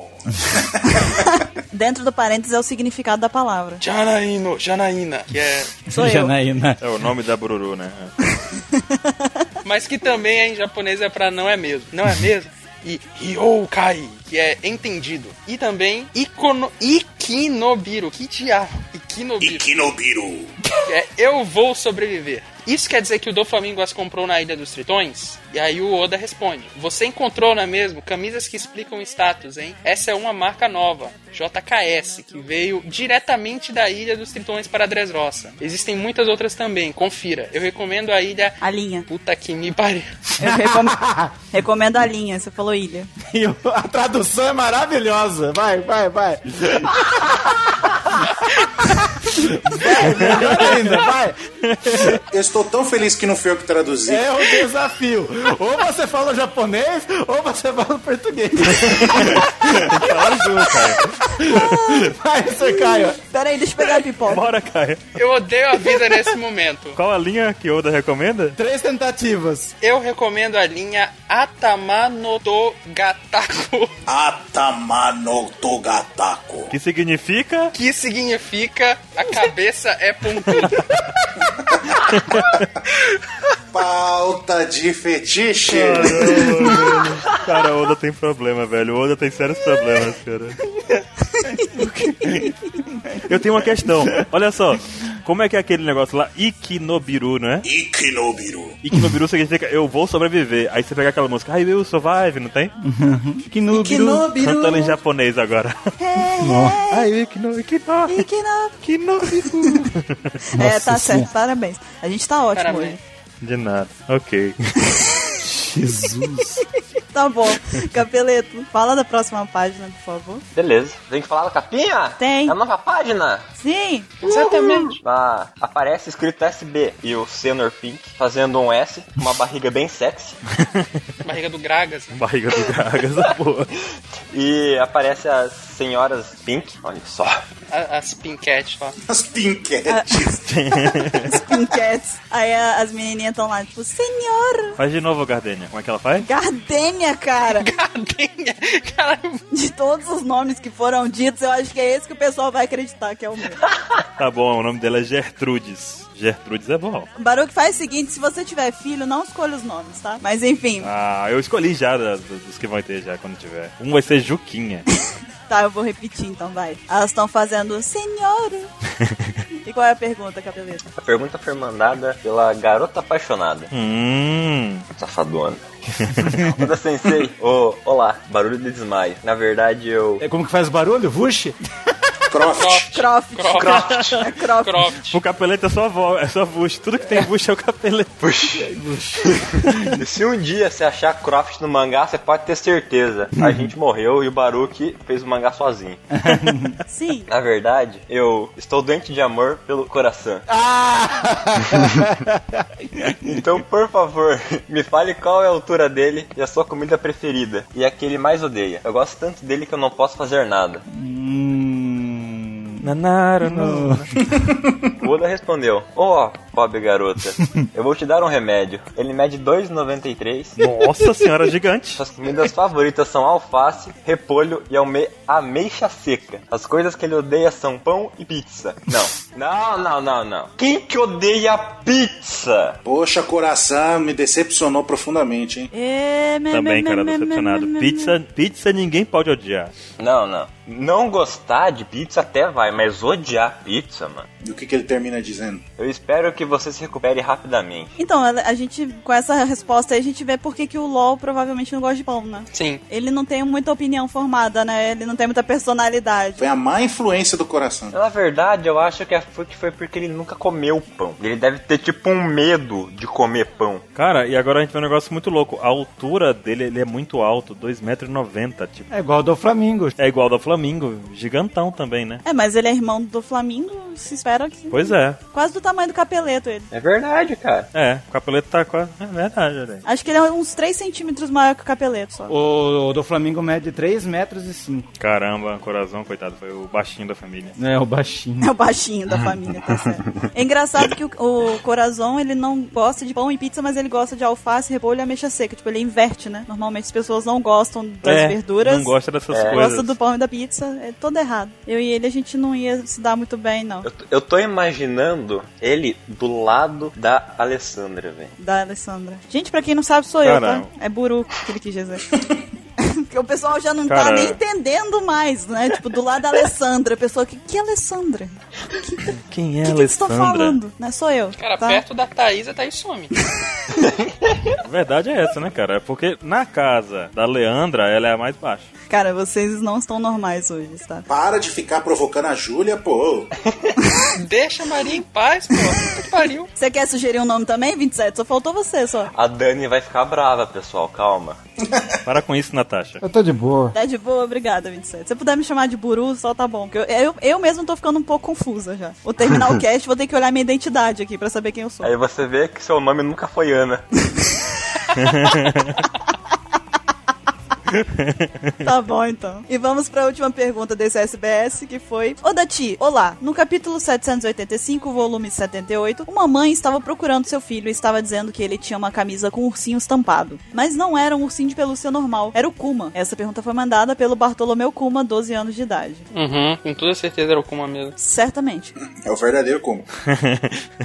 Dentro do parênteses é o significado da palavra. Janaino. Janaina. Que é. Sou [laughs] eu. Janaína. É o nome da Bururu, né? Mas que também é em japonês é pra não é mesmo. Não é mesmo? E Ryoukai, que é entendido. E também Ikono, Ikinobiru. Que diabo? Ikinobiru. Ikinobiro. Que é eu vou sobreviver. Isso quer dizer que o do Flamingo as comprou na Ilha dos Tritões? E aí o Oda responde: Você encontrou, não é mesmo? Camisas que explicam status, hein? Essa é uma marca nova, JKS, que veio diretamente da Ilha dos Tritões para Dressrosa. Existem muitas outras também, confira. Eu recomendo a ilha. A linha. [laughs] Puta que me pariu. Eu recom- recomendo a linha, você falou ilha. E o- a tradução é maravilhosa. Vai, vai, vai. vai, melhor ainda, vai. Eu estou tão feliz que não foi eu que traduzi. É o desafio. Ou você fala japonês, ou você fala português. Vai, Sr. Caio. Pera aí, deixa eu pegar a pipoca. Bora, Caio. Eu odeio a vida nesse momento. Qual a linha que Oda recomenda? Três tentativas. Eu recomendo a linha Atamano do Gataku, Atamano Togataku. Que significa? que significa a cabeça é pontuda. Pauta de fetiche. Cara, Oda tem problema, velho. Oda tem sérios problemas, cara. Eu tenho uma questão. Olha só. Como é que é aquele negócio lá? Ikinobiru, não é? Ikinobiru. Ikinobiru significa eu vou sobreviver. Aí você pega aquela música, I will survive, não tem? Kinobiru. Cantando em japonês agora. É. Ai, Ikinobiru. E que não- Ikinobiru. [laughs] É, tá certo, parabéns. A gente tá ótimo Parabéns. hoje. De nada. Ok. Jesus. Tá bom. Capeleto, fala da próxima página, por favor. Beleza. Tem que falar da capinha? Tem. É a nova página? Sim! Exatamente. Lá aparece escrito SB e o Senor Pink fazendo um S, uma barriga bem sexy. Barriga do Gragas. Barriga do Gaga, essa porra. E aparece as senhoras Pink. Olha só. a- As pinquetes [laughs] lá. As pinquetes. Pinquetes. Aí a- as menininhas estão lá, tipo, senhor, Faz de novo, Gardenia. Como é que ela faz? Gardênia, cara. Cadinha. Ah, Caralho. De todos os nomes que foram ditos, eu acho que é esse que o pessoal vai acreditar que é o meu. Tá bom, o nome dela é Gertrudes. Gertrudes é bom. Baruque, faz o seguinte, se você tiver filho, não escolha os nomes, tá? Mas enfim, Ah, eu escolhi já da- do- dos que vão ter já quando tiver. Um vai ser Juquinha. tá, eu vou repetir então, vai. Elas estão fazendo, senhor. [laughs] e qual é a pergunta, Capeleto? A pergunta foi mandada pela garota apaixonada. hum. Safadona. Oda Sensei. Ô, olá. Barulho de desmaio. Na verdade, eu. É como que faz barulho? Vuxi? Croft. Croft. Croft. [laughs] Croft. É Croft. Croft. O capeleto é sua avó, é sua bucha. Tudo que tem bucha é o capeleto. E se um dia você achar Croft no mangá, você pode ter certeza. A gente morreu e o Baruki fez o mangá sozinho. Sim. Na verdade, eu estou doente de amor pelo coração. [laughs] Então, por favor, me fale qual é a altura dele e a sua comida preferida. E a que ele mais odeia. Eu gosto tanto dele que eu não posso fazer nada. Hum. Nanaro, O Oda respondeu: Ó, pobre garota, eu vou te dar um remédio. Ele mede 2,93. Nossa senhora gigante. Suas comidas favoritas são alface, repolho e alme ameixa seca. As coisas que ele odeia são pão e pizza. Não, não, não, não, não. Quem que odeia pizza? Poxa, coração, me decepcionou profundamente, hein? É, me- Também, me- me- cara, me- decepcionado. me- me- Pizza, pizza ninguém pode odiar. Não, não. Não gostar de pizza até vai, mas odiar pizza, mano. E o que, que ele termina dizendo? Eu espero que você se recupere rapidamente. Então, a a gente, com essa resposta aí, a gente vê por que que o LOL provavelmente não gosta de pão, né? Sim. Ele não tem muita opinião formada, né? Ele não tem muita personalidade. Foi a má influência do coração. Na verdade, eu acho que é- foi que foi porque ele nunca comeu pão. Ele deve ter tipo um medo de comer pão. Cara, e agora a gente vê um negócio muito louco. A altura dele, ele é muito alto, 2,90m, tipo. É igual do Flamengo. É igual da Flamingo, gigantão também, né? É, mas ele é irmão do Flamingo, se espera que. Pois é, Quase do tamanho do capeleto ele. É verdade, cara. é. O capeleto tá quase. É verdade, olha aí. Acho que ele é uns 3 centímetros maior que o capeleto só. O, o do Flamengo mede 3 metros e 5. Caramba, coração, coitado, foi o baixinho da família. É, o baixinho. [laughs] É o baixinho da família, tá certo. É engraçado que o, o Corazon, ele não gosta de pão e pizza, mas ele gosta de alface, repolho e ameixa seca. Tipo, ele inverte, né? Normalmente as pessoas não gostam das é, verduras. Não gosta dessas coisas. Gosta do pão e da pizza, é todo errado. Eu e ele, a gente não ia se dar muito bem, não. Eu, t- eu tô imaginando ele do lado da Alessandra, velho. Da Alessandra. Gente, pra quem não sabe, sou tá? Caramba. [laughs] eu, tá? É buru que ele quis dizer. Porque o pessoal já não tá Cara. nem entendendo mais, né? Tipo, do lado da Alessandra. A pessoa, que, que Alessandra? Quem é O que, que vocês estão falando? Não é sou eu. Cara, tá? perto da Thaís, a Thaís some. A verdade é essa, né, cara? É porque na casa da Leandra, ela é a mais baixa. Cara, vocês não estão normais hoje, tá? Para de ficar provocando a Júlia, pô. Deixa a Maria em paz, pô. Puta que pariu. Você quer sugerir um nome também, 27? Só faltou você, só. A Dani vai ficar brava, pessoal, calma. Para com isso, Natasha. Eu tô de boa. Tá de boa, obrigada, 27. Se eu puder me chamar de Buru, só tá bom. Porque eu, eu, eu mesmo tô ficando um pouco confusa já. Vou terminar o cast, vou ter que olhar minha identidade aqui pra saber quem eu sou. Aí você vê que seu nome nunca foi Ana. Tá bom, então. E vamos pra última pergunta desse SBS, que foi... Ô, Dati, olá. No capítulo 785, volume 78, uma mãe estava procurando seu filho e estava dizendo que ele tinha uma camisa com um ursinho estampado. Mas não era um ursinho de pelúcia normal, era o Kuma. Essa pergunta foi mandada pelo Bartolomeu Kuma, 12 anos de idade. Uhum, com toda certeza era o Kuma mesmo. Certamente. É o verdadeiro como.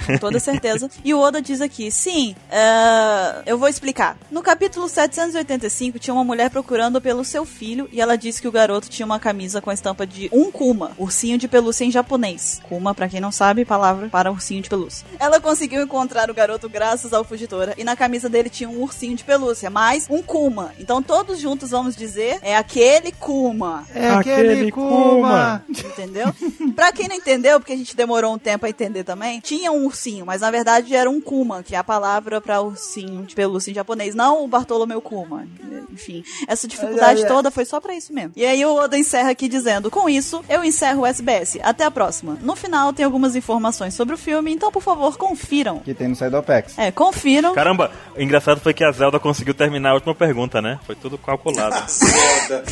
com toda certeza. E o Oda diz aqui: sim, ah, eu vou explicar. No capítulo 785, tinha uma mulher procurando pelo seu filho e ela disse que o garoto tinha uma camisa com a estampa de um kuma, ursinho de pelúcia em japonês. Kuma, pra quem não sabe, palavra para ursinho de pelúcia. Ela conseguiu encontrar o garoto graças ao Fugitora e na camisa dele tinha um ursinho de pelúcia, mais um kuma. Então todos juntos vamos dizer: é aquele kuma. É Aquele aquele Kuma. Kuma. Entendeu? pra quem não entendeu, porque a gente demorou um tempo a entender também, tinha um ursinho, mas na verdade era um kuma, que é a palavra pra ursinho de pelúcia em japonês, não o Bartolomeu Kuma. Enfim, essa dificuldade Ai, ai, ai. toda foi só pra isso mesmo. E aí o Oda encerra aqui dizendo: Com isso, eu encerro o SBS. Até a próxima. No final tem algumas informações sobre o filme, então por favor, confiram. Que tem no Side Opex. É, confiram. Caramba, o engraçado foi que a Zelda conseguiu terminar a última pergunta, né? Foi [laughs] tudo calculado. Zelda.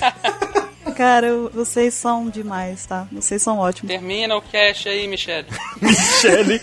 Cara, eu- vocês são demais, tá? Vocês são ótimos. Termina o cast aí, Michelle. Shelly.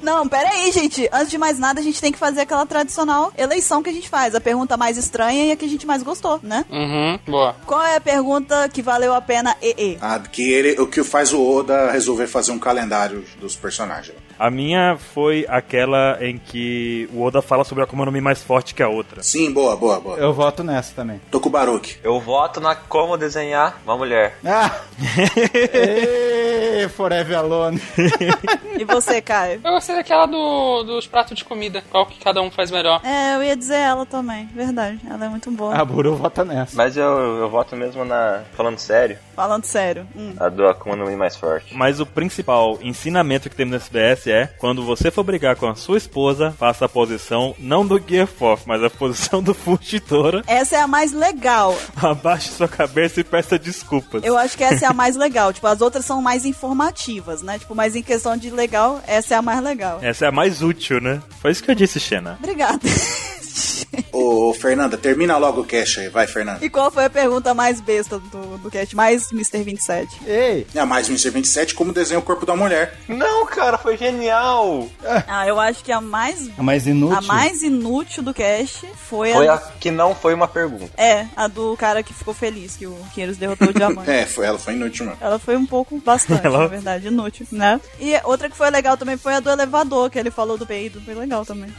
Não, peraí, gente. Antes de mais nada, a gente tem que fazer aquela tradicional eleição que a gente faz. A pergunta mais estranha e a que a gente mais gostou, né? Uhum, boa. Qual é a pergunta que valeu a pena EE? Ah, que ele, o que faz o Oda resolver fazer um calendário dos personagens. A minha foi aquela em que o Oda fala sobre a Akuma no Mi mais forte que a outra. Sim, boa, boa, boa. Eu voto nessa também. Tô com o Baruque. Eu voto na como desenhar uma mulher. Ah! [laughs] Ê, Forever Alone. E você, Caio? Eu gostei daquela do, dos pratos de comida, qual que cada um faz melhor. É, eu ia dizer ela também. Verdade, ela é muito boa. [laughs] A Buru vota nessa. Mas eu, eu voto mesmo na. Falando sério, Falando sério. Hum. a do Akuma no Mi mais forte. Mas o principal ensinamento que temos no SBS é: quando você for brigar com a sua esposa, faça a posição não do Gear Forth, mas a posição do Fugitora. [laughs] Essa é a mais legal. Abaixe sua cabeça e peça desculpas. Eu acho que essa é a mais legal. Tipo, as outras são mais informativas, né? Tipo, mas em questão de legal, essa é a mais legal. Essa é a mais útil, né? Foi isso que eu disse, Xena. Obrigada. [laughs] Ô, ô, Fernanda, termina logo o cash aí, vai, Fernanda. E qual foi a pergunta mais besta do, do cast? Mais Mr. 27? Ei! É mais um 27 como desenha o corpo da mulher. Não, cara, foi genial! Ah, eu acho que a mais A mais inútil. A mais inútil do cast foi, Foi a... a que não foi uma pergunta. É, a do cara que ficou feliz que o Quinheiros derrotou o Diamante. [laughs] É, foi, ela foi inútil, mano. Ela foi um pouco bastante, Ela- na verdade, inútil, né? E outra que foi legal também foi a do elevador, que ele falou do peido. Foi legal também.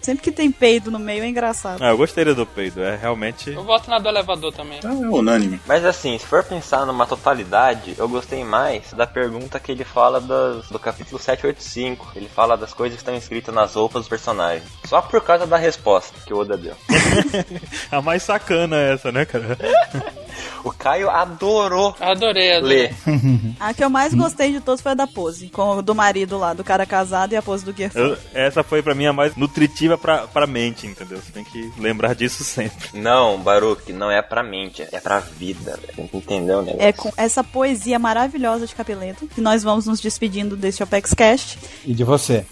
Sempre que tem peido no meio é engraçado. Ah, eu gostei da do peido. É realmente. [laughs] Eu voto na do elevador também. Então é unânime. Mas assim, se for pensar numa totalidade, eu gostei mais da pergunta que ele fala das- do capítulo 785. Ele fala das coisas que estão escritas nas roupas dos personagens. Só por causa da resposta que o Oda deu. A mais sacana é essa, né, cara? O Caio adorou Adorei, adorei. ler. A que eu mais gostei de todos foi a da pose, com o do marido lá, do cara casado e a pose do Gearful. Eu- essa foi pra mim a mais nutritiva pra, pra mente, entendeu? Você tem que lembrar disso sempre. Não, Baruque, não é pra mente, é pra vida, velho. Tem que entender o negócio. É com essa poesia maravilhosa de Capeleto que nós vamos nos despedindo deste Apex Cast. E de você?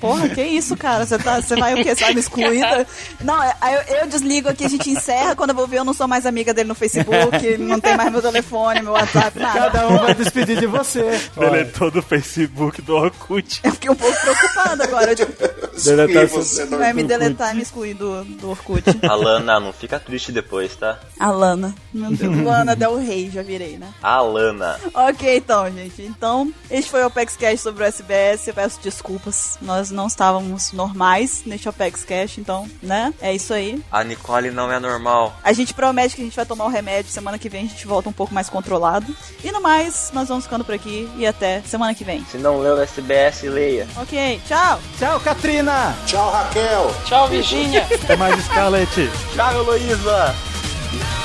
Porra, que isso, cara? Você tá, você vai o quê? Sabe, excluída? Não, é- aí eu, eu desligo aqui, a gente encerra. Quando eu vou ver, eu não sou mais amiga dele no Facebook, não tem mais meu telefone, meu WhatsApp, nada. Cada um vai despedir de você. Olha, Deletou do Facebook, do Orkut. [laughs] Eu fiquei um pouco preocupada agora. Eu digo, Excluir Deletar seu- você do Vai me Orkut. deletar, me excluir do, do Orkut. Alana, não fica triste depois, tá? Alana. Meu Deus. Lana Del Rey, já virei, né? Alana. Ok, então, gente. Então, este foi o Opex Cash sobre o SBS. Eu peço desculpas. Nós não estávamos normais neste Opex Cash, então, né? É isso aí. A Nicole não é normal. A gente promete que a gente vai tomar o remédio. Semana que vem a gente volta um pouco mais controlado. E no mais, nós vamos ficando por aqui e até semana que vem. Se não leu o SBS, leia. Ok, tchau! Tchau, Katrina! Tchau, Raquel. Tchau, Virgínia. Até mais, Scarlett! Tchau, Heloísa! Tchau,